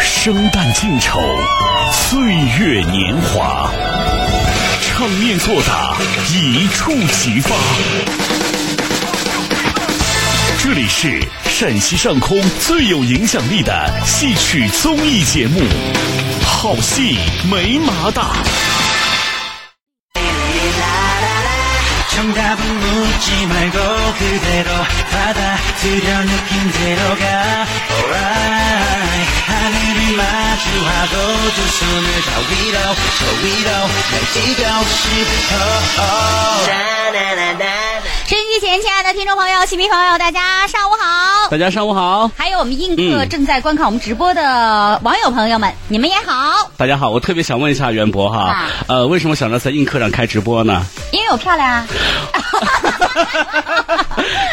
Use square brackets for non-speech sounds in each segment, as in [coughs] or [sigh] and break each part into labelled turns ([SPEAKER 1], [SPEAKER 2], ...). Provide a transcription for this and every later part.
[SPEAKER 1] 生旦净丑，岁月年华，场面作打，一触即发。这里是陕西上空最有影响力的戏曲综艺节目，《好戏没麻大》。
[SPEAKER 2] 정답은 묻지 말고 그대로 받아들여 느낀 대로 가 Alright 하늘을 마주하고 두 손을 다 위로 저 위로 날뛰고 싶어
[SPEAKER 3] 收音机前，亲爱的听众朋友、戏迷朋友，大家上午好！
[SPEAKER 4] 大家上午好，
[SPEAKER 3] 还有我们映客
[SPEAKER 4] 嗯
[SPEAKER 3] 正在观看我们直播的网友朋友们，你们也好，
[SPEAKER 4] 大家好，我特别想问一下袁博哈，
[SPEAKER 3] 啊
[SPEAKER 4] 呃，为什么想着在映客上开直
[SPEAKER 3] [laughs]
[SPEAKER 4] 播呢？
[SPEAKER 3] 因为我漂亮啊！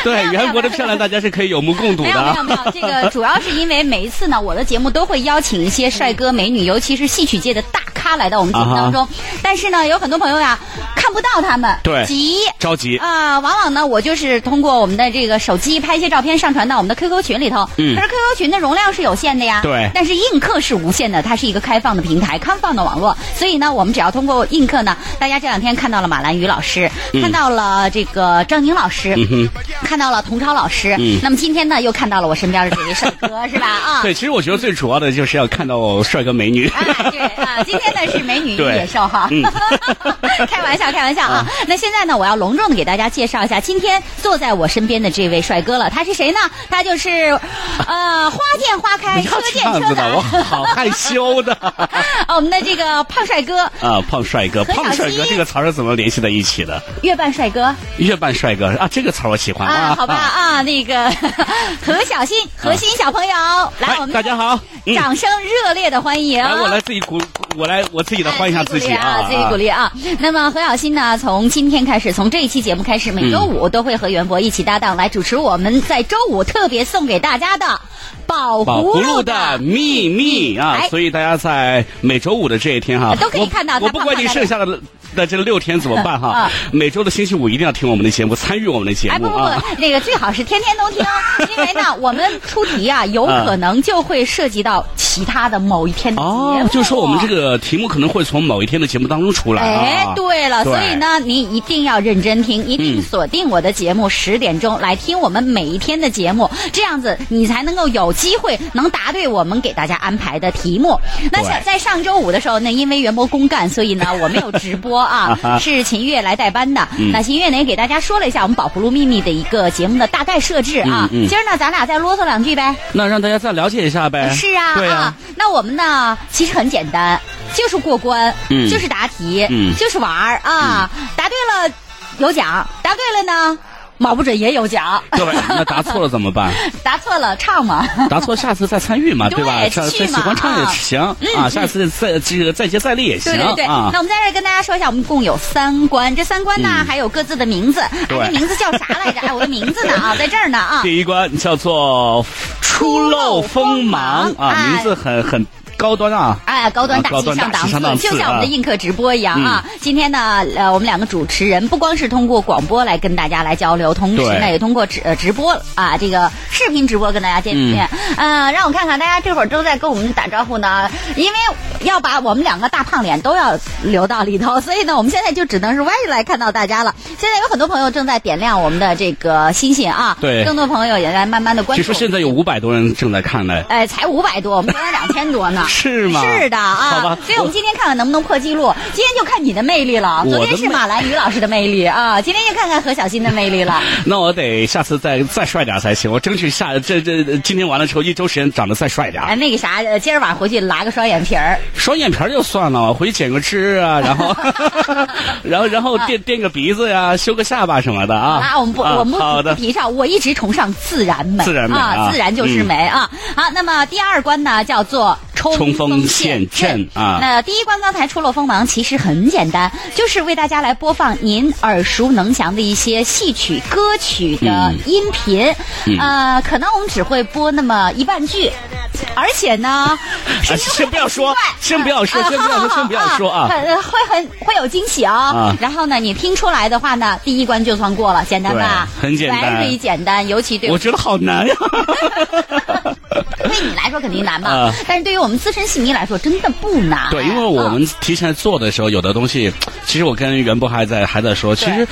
[SPEAKER 4] 对，袁博的漂亮大家是可以有目共睹
[SPEAKER 3] 没
[SPEAKER 4] 的。
[SPEAKER 3] 有没有没有，这
[SPEAKER 4] [laughs]
[SPEAKER 3] 个主要是因为每一次呢，我的节目都会邀请一些帅哥美女，尤其是戏曲界的大咖来到我们节目当中。但是呢，有很多朋友呀看不到他们，
[SPEAKER 4] 啊对
[SPEAKER 3] 急。
[SPEAKER 4] 着急，
[SPEAKER 3] 啊、往往呢，我就是通过我们的这个手机拍一些照片，上传到我们的 QQ 群里头。
[SPEAKER 4] 嗯
[SPEAKER 3] 可是 QQ 群的容量是有限的呀。
[SPEAKER 4] 对
[SPEAKER 3] 但是映客是无限的，它是一个开放的平台，开放的网络。所以呢，我们只要通过映客呢，大家这两天看到了马兰宇老师，看到了这个张宁老师，
[SPEAKER 4] 嗯哼
[SPEAKER 3] 看到了童超老师。
[SPEAKER 4] 嗯
[SPEAKER 3] 那么今天呢，又看到了我身边的这位帅哥，是吧？啊。
[SPEAKER 4] 对，其实我觉得最主要的就是要看到帅哥美女。
[SPEAKER 3] [laughs] 啊，对啊，今天呢是美
[SPEAKER 4] [laughs]
[SPEAKER 3] 女与
[SPEAKER 4] 对
[SPEAKER 3] 野兽 [laughs] 哈，
[SPEAKER 4] 嗯
[SPEAKER 3] 开玩笑，开玩笑啊。那现在呢，我要隆重的给大家介绍一下今天坐在我身边的这位帅哥了，他是谁呢？他就是，
[SPEAKER 4] [laughs]
[SPEAKER 3] 呃，花见花开，
[SPEAKER 4] 不
[SPEAKER 3] 车
[SPEAKER 4] 要
[SPEAKER 3] 见
[SPEAKER 4] 这样
[SPEAKER 3] 车
[SPEAKER 4] 子的，我
[SPEAKER 3] [laughs] 挡，
[SPEAKER 4] 好害羞
[SPEAKER 3] [laughs]
[SPEAKER 4] 的。
[SPEAKER 3] 啊我们的这个胖帅哥，
[SPEAKER 4] 啊，胖帅哥，
[SPEAKER 3] 何小
[SPEAKER 4] 胖帅哥
[SPEAKER 3] 七
[SPEAKER 4] 这个词儿是怎么联系在一起的？
[SPEAKER 3] 月半帅哥
[SPEAKER 4] 月半帅哥啊啊，这个词儿我喜欢
[SPEAKER 3] 啊，好吧。啊，那
[SPEAKER 4] [laughs]
[SPEAKER 3] 个何小新，何新小朋友，来，我
[SPEAKER 4] 哎，
[SPEAKER 3] 们
[SPEAKER 4] 大家好，嗯
[SPEAKER 3] 掌声热烈的欢迎。
[SPEAKER 4] 来，我来自己鼓，我来我自己的欢迎一下自己啊，
[SPEAKER 3] 哎自己鼓励啊。那么何小新呢，从今天开始，从这一期节目开始，每周五都会和袁博一起搭档来主持我们在周五特别送给大家的《宝
[SPEAKER 4] 宝
[SPEAKER 3] 葫芦
[SPEAKER 4] 葫芦
[SPEAKER 3] 的》
[SPEAKER 4] 的秘密啊
[SPEAKER 3] 哎，呃
[SPEAKER 4] 所以大家在每周五的这一天哈，
[SPEAKER 3] 都可以
[SPEAKER 4] 我
[SPEAKER 3] 看到
[SPEAKER 4] 我
[SPEAKER 3] 他
[SPEAKER 4] 不
[SPEAKER 3] 胖
[SPEAKER 4] 管
[SPEAKER 3] 胖
[SPEAKER 4] 你
[SPEAKER 3] 的
[SPEAKER 4] 剩下的的这六天怎么办
[SPEAKER 3] [laughs] 啊
[SPEAKER 4] 哈，每周的星期五一定要听我们的节目，参与我们的节
[SPEAKER 3] 哎，不
[SPEAKER 4] 目
[SPEAKER 3] 不
[SPEAKER 4] 啊。
[SPEAKER 3] 不，那个最好是天天都听，
[SPEAKER 4] [laughs]
[SPEAKER 3] 因为呢，我们出题啊，有可能就会涉及到其他的某一天的节目。
[SPEAKER 4] 哦，就是说我们这个题目可能会从某一天的节目当中出来
[SPEAKER 3] 哎
[SPEAKER 4] 啊。，
[SPEAKER 3] 对了，
[SPEAKER 4] 对
[SPEAKER 3] 所以呢，您一定要认真听，一定
[SPEAKER 4] 嗯
[SPEAKER 3] 锁定我的节目十点钟来听我们每一天的节目，这样子你才能够有机会能答对我们给大家安排的题目。那
[SPEAKER 4] 对
[SPEAKER 3] 像在上周五的时候，那因为袁博公干，所以呢我没有直播啊
[SPEAKER 4] 啊， [laughs] 哈
[SPEAKER 3] 是秦月来代班的。
[SPEAKER 4] 嗯
[SPEAKER 3] 那秦月呢也给大家说了一下我们《宝葫芦秘密》的一个节目的大概设置啊。
[SPEAKER 4] 嗯嗯
[SPEAKER 3] 今儿呢咱俩再啰嗦两句呗。
[SPEAKER 4] 那让大家再了解一下呗。
[SPEAKER 3] 是啊，
[SPEAKER 4] 对
[SPEAKER 3] 啊
[SPEAKER 4] 啊，，
[SPEAKER 3] 那我们呢，其实很简单，就是过关，
[SPEAKER 4] 嗯
[SPEAKER 3] 就是答题，
[SPEAKER 4] 嗯
[SPEAKER 3] 就是玩儿啊，答对了有奖，答对了呢，卯不准也有奖，
[SPEAKER 4] 对，那答错了怎么办？
[SPEAKER 3] [laughs] 答错了唱
[SPEAKER 4] [laughs]
[SPEAKER 3] 嘛。
[SPEAKER 4] 答错下次再参与嘛，
[SPEAKER 3] 对
[SPEAKER 4] 吧？
[SPEAKER 3] 继
[SPEAKER 4] 下
[SPEAKER 3] 续
[SPEAKER 4] 次
[SPEAKER 3] 嘛嗯
[SPEAKER 4] 喜欢唱也行啊，下次再这个再接再厉也行
[SPEAKER 3] 对对对，
[SPEAKER 4] 啊
[SPEAKER 3] 那。我们在这儿跟大家说一下，我们共有三关，这三关呢、
[SPEAKER 4] 嗯
[SPEAKER 3] 还有各自的名字，哎，
[SPEAKER 4] 对
[SPEAKER 3] 这名字叫啥来着？哎，我的名字呢啊，在这儿呢
[SPEAKER 4] [laughs]
[SPEAKER 3] 啊。
[SPEAKER 4] 第一关叫做初露锋芒
[SPEAKER 3] 初露锋芒哎
[SPEAKER 4] 啊，名字很很高端啊。
[SPEAKER 3] 哎，高端大
[SPEAKER 4] 啊高
[SPEAKER 3] 气
[SPEAKER 4] 端
[SPEAKER 3] 上
[SPEAKER 4] 大
[SPEAKER 3] 档
[SPEAKER 4] 气
[SPEAKER 3] 次，
[SPEAKER 4] 上档次
[SPEAKER 3] 就像我们的
[SPEAKER 4] 啊嗯
[SPEAKER 3] 映客直播一样啊。今天呢，呃，我们两个主持人不光是通过广播来跟大家来交流，同时呢
[SPEAKER 4] 对
[SPEAKER 3] 也通过直呃直播啊这个视频直播跟大家见面。
[SPEAKER 4] 嗯
[SPEAKER 3] 呃，让我看看大家这会儿都在跟我们打招呼呢，因为要把我们两个大胖脸都要留到里头，所以呢，我们现在就只能是歪着来看到大家了。现在有很多朋友正在点亮我们的这个星星啊，
[SPEAKER 4] 对
[SPEAKER 3] 更多朋友也在慢慢的关
[SPEAKER 4] 据
[SPEAKER 3] 注。
[SPEAKER 4] 说现在有五百多人正在
[SPEAKER 3] [laughs]
[SPEAKER 4] 看嘞，
[SPEAKER 3] 哎，才五百多，我们昨天两千多呢。
[SPEAKER 4] [laughs] 是吗？
[SPEAKER 3] 是的
[SPEAKER 4] 好
[SPEAKER 3] 啊
[SPEAKER 4] 吧，，
[SPEAKER 3] 所以我们今天看看能不能破纪录。今天就看你的魅力了，
[SPEAKER 4] 我的
[SPEAKER 3] 昨天是
[SPEAKER 4] 魅
[SPEAKER 3] 马兰宇老师的魅力啊，今天就看看何小新的魅力
[SPEAKER 4] [laughs]
[SPEAKER 3] 了。
[SPEAKER 4] 那我得下次再再帅点才行，我争取下这这今天完了之后一周时间长得再帅点儿
[SPEAKER 3] 哎，，那个啥，呃今儿晚上回去拉个双眼皮儿，
[SPEAKER 4] 双眼皮儿就算了，我回去剪个痣啊，
[SPEAKER 3] [laughs]
[SPEAKER 4] 然后 [laughs] 然后然后垫垫个鼻子呀，修个下巴什么的啊。
[SPEAKER 3] 啊，我们不，
[SPEAKER 4] 啊
[SPEAKER 3] 我们
[SPEAKER 4] 好
[SPEAKER 3] 不
[SPEAKER 4] 的，
[SPEAKER 3] 提倡，我一直崇尚自然美，
[SPEAKER 4] 自然美
[SPEAKER 3] 啊，
[SPEAKER 4] 啊
[SPEAKER 3] 自然就是美啊。好，那么第二关呢，叫做冲
[SPEAKER 4] 冲
[SPEAKER 3] 锋
[SPEAKER 4] 锋
[SPEAKER 3] 陷
[SPEAKER 4] 陷
[SPEAKER 3] 阵
[SPEAKER 4] 阵啊
[SPEAKER 3] 那第一关刚才出了锋芒，其实很简单，就是为大家来播放您耳熟能详的一些戏曲歌曲的
[SPEAKER 4] 嗯
[SPEAKER 3] 音频，呃，可能我们只会播那么一半句，而且呢，
[SPEAKER 4] 啊先不
[SPEAKER 3] [laughs]
[SPEAKER 4] 要说，先不要说，
[SPEAKER 3] 啊
[SPEAKER 4] 先不要说，先不要说啊。
[SPEAKER 3] 很呃会很会有惊喜哦。
[SPEAKER 4] 啊
[SPEAKER 3] 然后呢，你听出来的话呢，第一关就算过了，简单吧？
[SPEAKER 4] 对很简单
[SPEAKER 3] ，very 简单，尤其对
[SPEAKER 4] 我觉得好难呀。
[SPEAKER 3] 对你来说肯定难嘛，
[SPEAKER 4] 啊
[SPEAKER 3] 但是对于我们资深戏迷来说，真的不难。
[SPEAKER 4] [laughs] 对，因为我们提前做的时候，有的东西，其实我跟袁博还在还在说，其实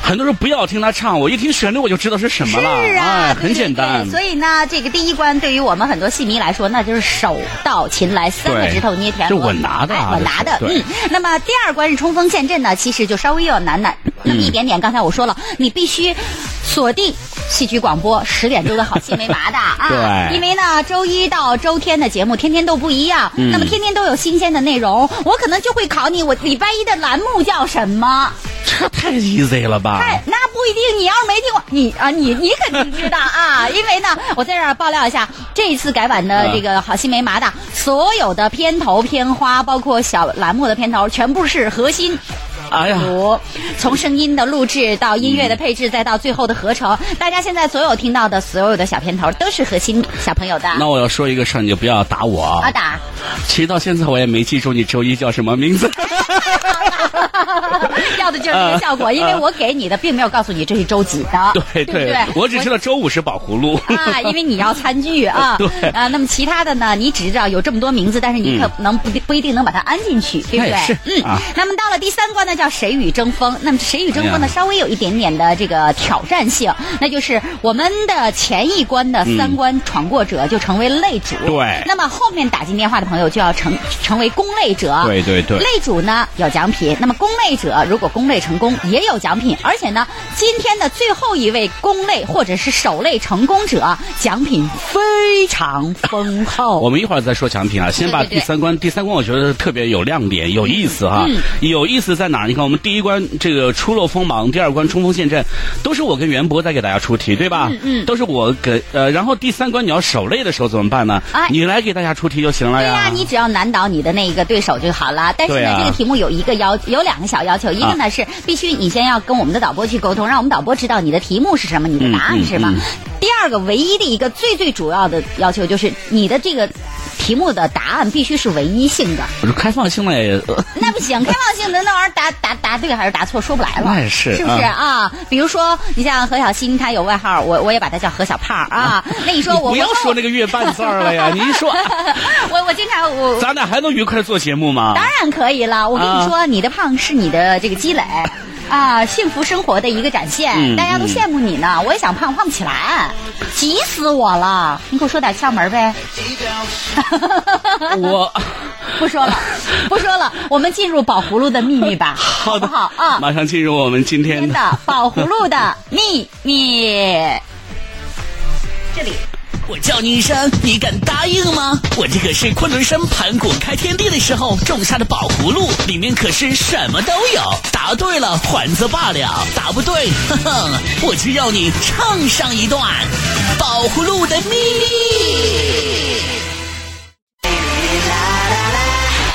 [SPEAKER 4] 很多时候不要听他唱，我一听旋律我就知道是什么了，
[SPEAKER 3] 是
[SPEAKER 4] 哎，
[SPEAKER 3] 啊，对
[SPEAKER 4] 很简单
[SPEAKER 3] 对。所以呢，这个第一关对于我们很多戏迷来说，那就是手到擒来，三个
[SPEAKER 4] 对
[SPEAKER 3] 指头捏拳，
[SPEAKER 4] 这
[SPEAKER 3] 我
[SPEAKER 4] 稳拿的啊
[SPEAKER 3] 哎稳拿的。
[SPEAKER 4] 这是对
[SPEAKER 3] 嗯，那么第二关是冲锋陷阵呢，其实就稍微又要难
[SPEAKER 4] [clears throat]
[SPEAKER 3] 难那么一点点。刚才我说了，你必须锁定戏曲广播十点钟的好戏没麻的啊，
[SPEAKER 4] 对
[SPEAKER 3] 因为呢，周一到周天的节目天天都不一样，
[SPEAKER 4] 嗯
[SPEAKER 3] 那么天天都有新鲜的内容，我可能就会考你，我礼拜一的栏目叫什么？
[SPEAKER 4] 这太 easy 了吧？
[SPEAKER 3] 哎，那不一定。你要是没听过，你啊，你你肯定知道啊，因为呢，我在这儿爆料一下，这一次改版
[SPEAKER 4] 嗯
[SPEAKER 3] 的这个《好心没麻的》，所有的片头片花，包括小栏目的片头，全部是核心。
[SPEAKER 4] 哎呀
[SPEAKER 3] 组，从声音的录制到音乐的配置，再到最后的合成，大家现在所有听到的所有的小片头都是核心小朋友的。
[SPEAKER 4] 那我要说一个事儿，你就不要打我啊
[SPEAKER 3] 阿达， [laughs]
[SPEAKER 4] 其实到现在我也没记住你周一叫什么名字。
[SPEAKER 3] 要的就是这个效果，因为我给你的并没有告诉你这是周几的，
[SPEAKER 4] 嗯对
[SPEAKER 3] 不对？
[SPEAKER 4] 我只知道周五是宝葫芦。
[SPEAKER 3] [laughs] 啊，因为你要参剧啊，
[SPEAKER 4] [laughs] 对嗯
[SPEAKER 3] 啊，那么其他的呢，你只知道有这么多名字，但是你可能不、不一定能把它安进去，对不
[SPEAKER 4] 那也
[SPEAKER 3] 对
[SPEAKER 4] 是？
[SPEAKER 3] 嗯，
[SPEAKER 4] 啊
[SPEAKER 3] 那么到了第三关呢，叫谁与争锋。那么谁与争锋
[SPEAKER 4] 哎
[SPEAKER 3] 呢，
[SPEAKER 4] 呀
[SPEAKER 3] 稍微有一点点的这个挑战性，那就是我们的前一关的三关闯过者就成为擂主，
[SPEAKER 4] 嗯对
[SPEAKER 3] 那么后面打进电话的朋友就要成成为攻擂者，
[SPEAKER 4] [laughs] 对对对
[SPEAKER 3] 擂主呢有奖品，那么攻擂者如果攻擂成功也有奖品，而且呢，今天的最后一位攻擂或者是守擂成功者，奖品非常丰
[SPEAKER 4] 我
[SPEAKER 3] 厚。
[SPEAKER 4] 们一会儿再说奖品啊，先把
[SPEAKER 3] 哦对对嗯
[SPEAKER 4] 第
[SPEAKER 3] 对
[SPEAKER 4] 三关，第三关我觉得特别有亮点，有意思哈、有意思在哪儿？你看我们第一关这个初露锋芒，第二关冲锋陷阵，都是我跟袁博在给大家出题，对吧？嗯嗯，都是我给呃，然后第三关你要守擂的时候怎么办呢？
[SPEAKER 3] 哎
[SPEAKER 4] 你来给大家出题就行了
[SPEAKER 3] 对
[SPEAKER 4] 哎呀。嗯
[SPEAKER 3] 呀、你只要难倒你的那一个对手就好了。但是
[SPEAKER 4] 对
[SPEAKER 3] 呢，
[SPEAKER 4] 呀
[SPEAKER 3] 这个题目有一个要有两个小要求，一个呢是必须你先要跟我们的导播去沟通，让我们导播知道你的题目是什么，你的答案是什么。
[SPEAKER 4] 嗯嗯
[SPEAKER 3] 第二个唯一的一个最最主要的要求就是你的这个题目的答案必须是唯一性的。
[SPEAKER 4] 我说开放性嘞，呃
[SPEAKER 3] 那不行，开放性的那玩意儿答答答对还是答错说不来了，
[SPEAKER 4] 那也是嗯
[SPEAKER 3] 是不是啊？比如说，你像何小新，他有外号，我我也把他叫何小胖儿啊。那你说我
[SPEAKER 4] 不要说那
[SPEAKER 3] 个，
[SPEAKER 4] 个月半字儿了呀！你一
[SPEAKER 3] [laughs]
[SPEAKER 4] 说，
[SPEAKER 3] 我我经常我
[SPEAKER 4] 咱俩还能愉快的做节目吗？
[SPEAKER 3] 当然可以
[SPEAKER 4] 啊
[SPEAKER 3] 了。我跟你说，你的胖是你的这个积
[SPEAKER 4] [laughs]
[SPEAKER 3] 累。啊，幸福生活的一个展现，
[SPEAKER 4] 嗯
[SPEAKER 3] 大家都羡慕你呢。我也想胖，胖不起来，急死我了。你给我说点窍门呗。
[SPEAKER 4] [laughs] 我。
[SPEAKER 3] [laughs] 不说了，不说了，我们进入宝葫芦的秘密
[SPEAKER 4] [laughs]
[SPEAKER 3] 吧，好不好啊？
[SPEAKER 4] 马上进入我们今天
[SPEAKER 3] 天
[SPEAKER 4] 的
[SPEAKER 3] 的宝葫芦的秘密。这里
[SPEAKER 5] 我叫你一声，你敢答应吗？我这可是昆仑山盘古开天地的时候种下的宝葫芦，里面可是什么都有。答对了还则罢了，答不对， [laughs] 哼哼，我就要你 [laughs] 唱上一段《宝葫芦的秘密》。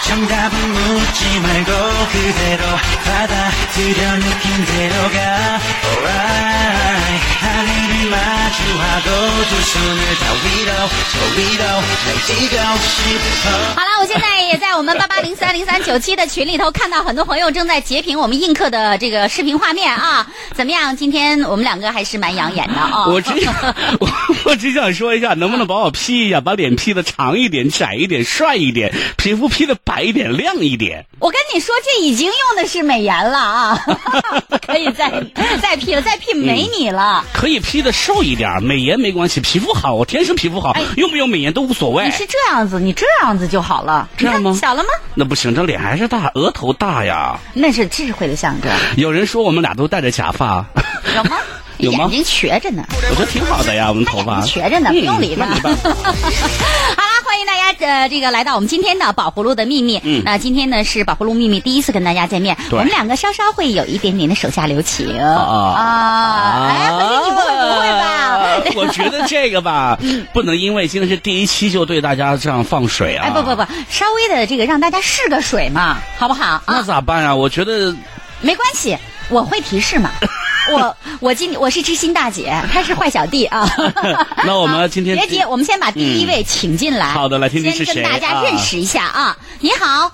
[SPEAKER 2] 정답은 묻지 말고 그대로 받아들여 느낀 대로 가 Alright 하늘을 마주하고 두 손을 다 위로 저 위로 날 뛰고 싶어
[SPEAKER 3] 好了，我现在也在我们八八零三零三九七的群里头看到很多朋友正在截屏我们映客的这个视频画面啊，怎么样？今天我们两个还是蛮养眼的啊、
[SPEAKER 4] 我只我我只想说一下，能不能把我 P 一下，把脸 P 的长一点、窄一点、帅一点，皮肤 P 的白一点、亮一点。
[SPEAKER 3] 我跟你说，这已经用的是美颜了啊， [laughs] 不可以再再 P 了，再 P 没你了。
[SPEAKER 4] 可以 P 的瘦一点，美颜没关系，皮肤好，我天生皮肤好
[SPEAKER 3] 哎，
[SPEAKER 4] 用不用美颜都无所谓
[SPEAKER 3] 你。是这样子，你这样子就好了。
[SPEAKER 4] 嗯这样吗
[SPEAKER 3] 你看小了吗？
[SPEAKER 4] 那不行，这脸还是大，额头大呀。
[SPEAKER 3] 那是智慧的象征，
[SPEAKER 4] 有人说我们俩都戴着假发，
[SPEAKER 3] 有吗？
[SPEAKER 4] 有吗
[SPEAKER 3] 眼睛瘸着呢。
[SPEAKER 4] 我觉得挺好的呀，我
[SPEAKER 3] 哎
[SPEAKER 4] 们头发
[SPEAKER 3] 瘸着呢，不用理他。
[SPEAKER 4] 嗯那没
[SPEAKER 3] [laughs] 好
[SPEAKER 4] 办法
[SPEAKER 3] 啦，欢迎大家呃，这个来到我们今天的宝葫芦的秘密。
[SPEAKER 4] 嗯
[SPEAKER 3] 那、今天呢是宝葫芦秘密第一次跟大家见面，我
[SPEAKER 4] 对
[SPEAKER 3] 们两个稍稍会有一点点的手下留情
[SPEAKER 4] 啊
[SPEAKER 3] 啊哎，何姐你不会不会吧？
[SPEAKER 4] [laughs]
[SPEAKER 3] 哎
[SPEAKER 4] 我觉得这个吧，
[SPEAKER 3] 嗯
[SPEAKER 4] 不能因为今天是第一期就对大家这样放水啊！
[SPEAKER 3] 哎，不不，不，稍微的这个让大家试个水嘛，好不好？
[SPEAKER 4] 那
[SPEAKER 3] 啊，
[SPEAKER 4] 咋办啊？我觉得。
[SPEAKER 3] 没关系，我会提示嘛。我我今我是知心大姐，她是坏小弟啊
[SPEAKER 4] [laughs] 那我们今天嗯
[SPEAKER 3] 别急，我们先把第一位请进来。
[SPEAKER 4] 好的来听听是
[SPEAKER 3] 先跟
[SPEAKER 4] 谁
[SPEAKER 3] 大家
[SPEAKER 4] 啊
[SPEAKER 3] 认识一下啊。你好，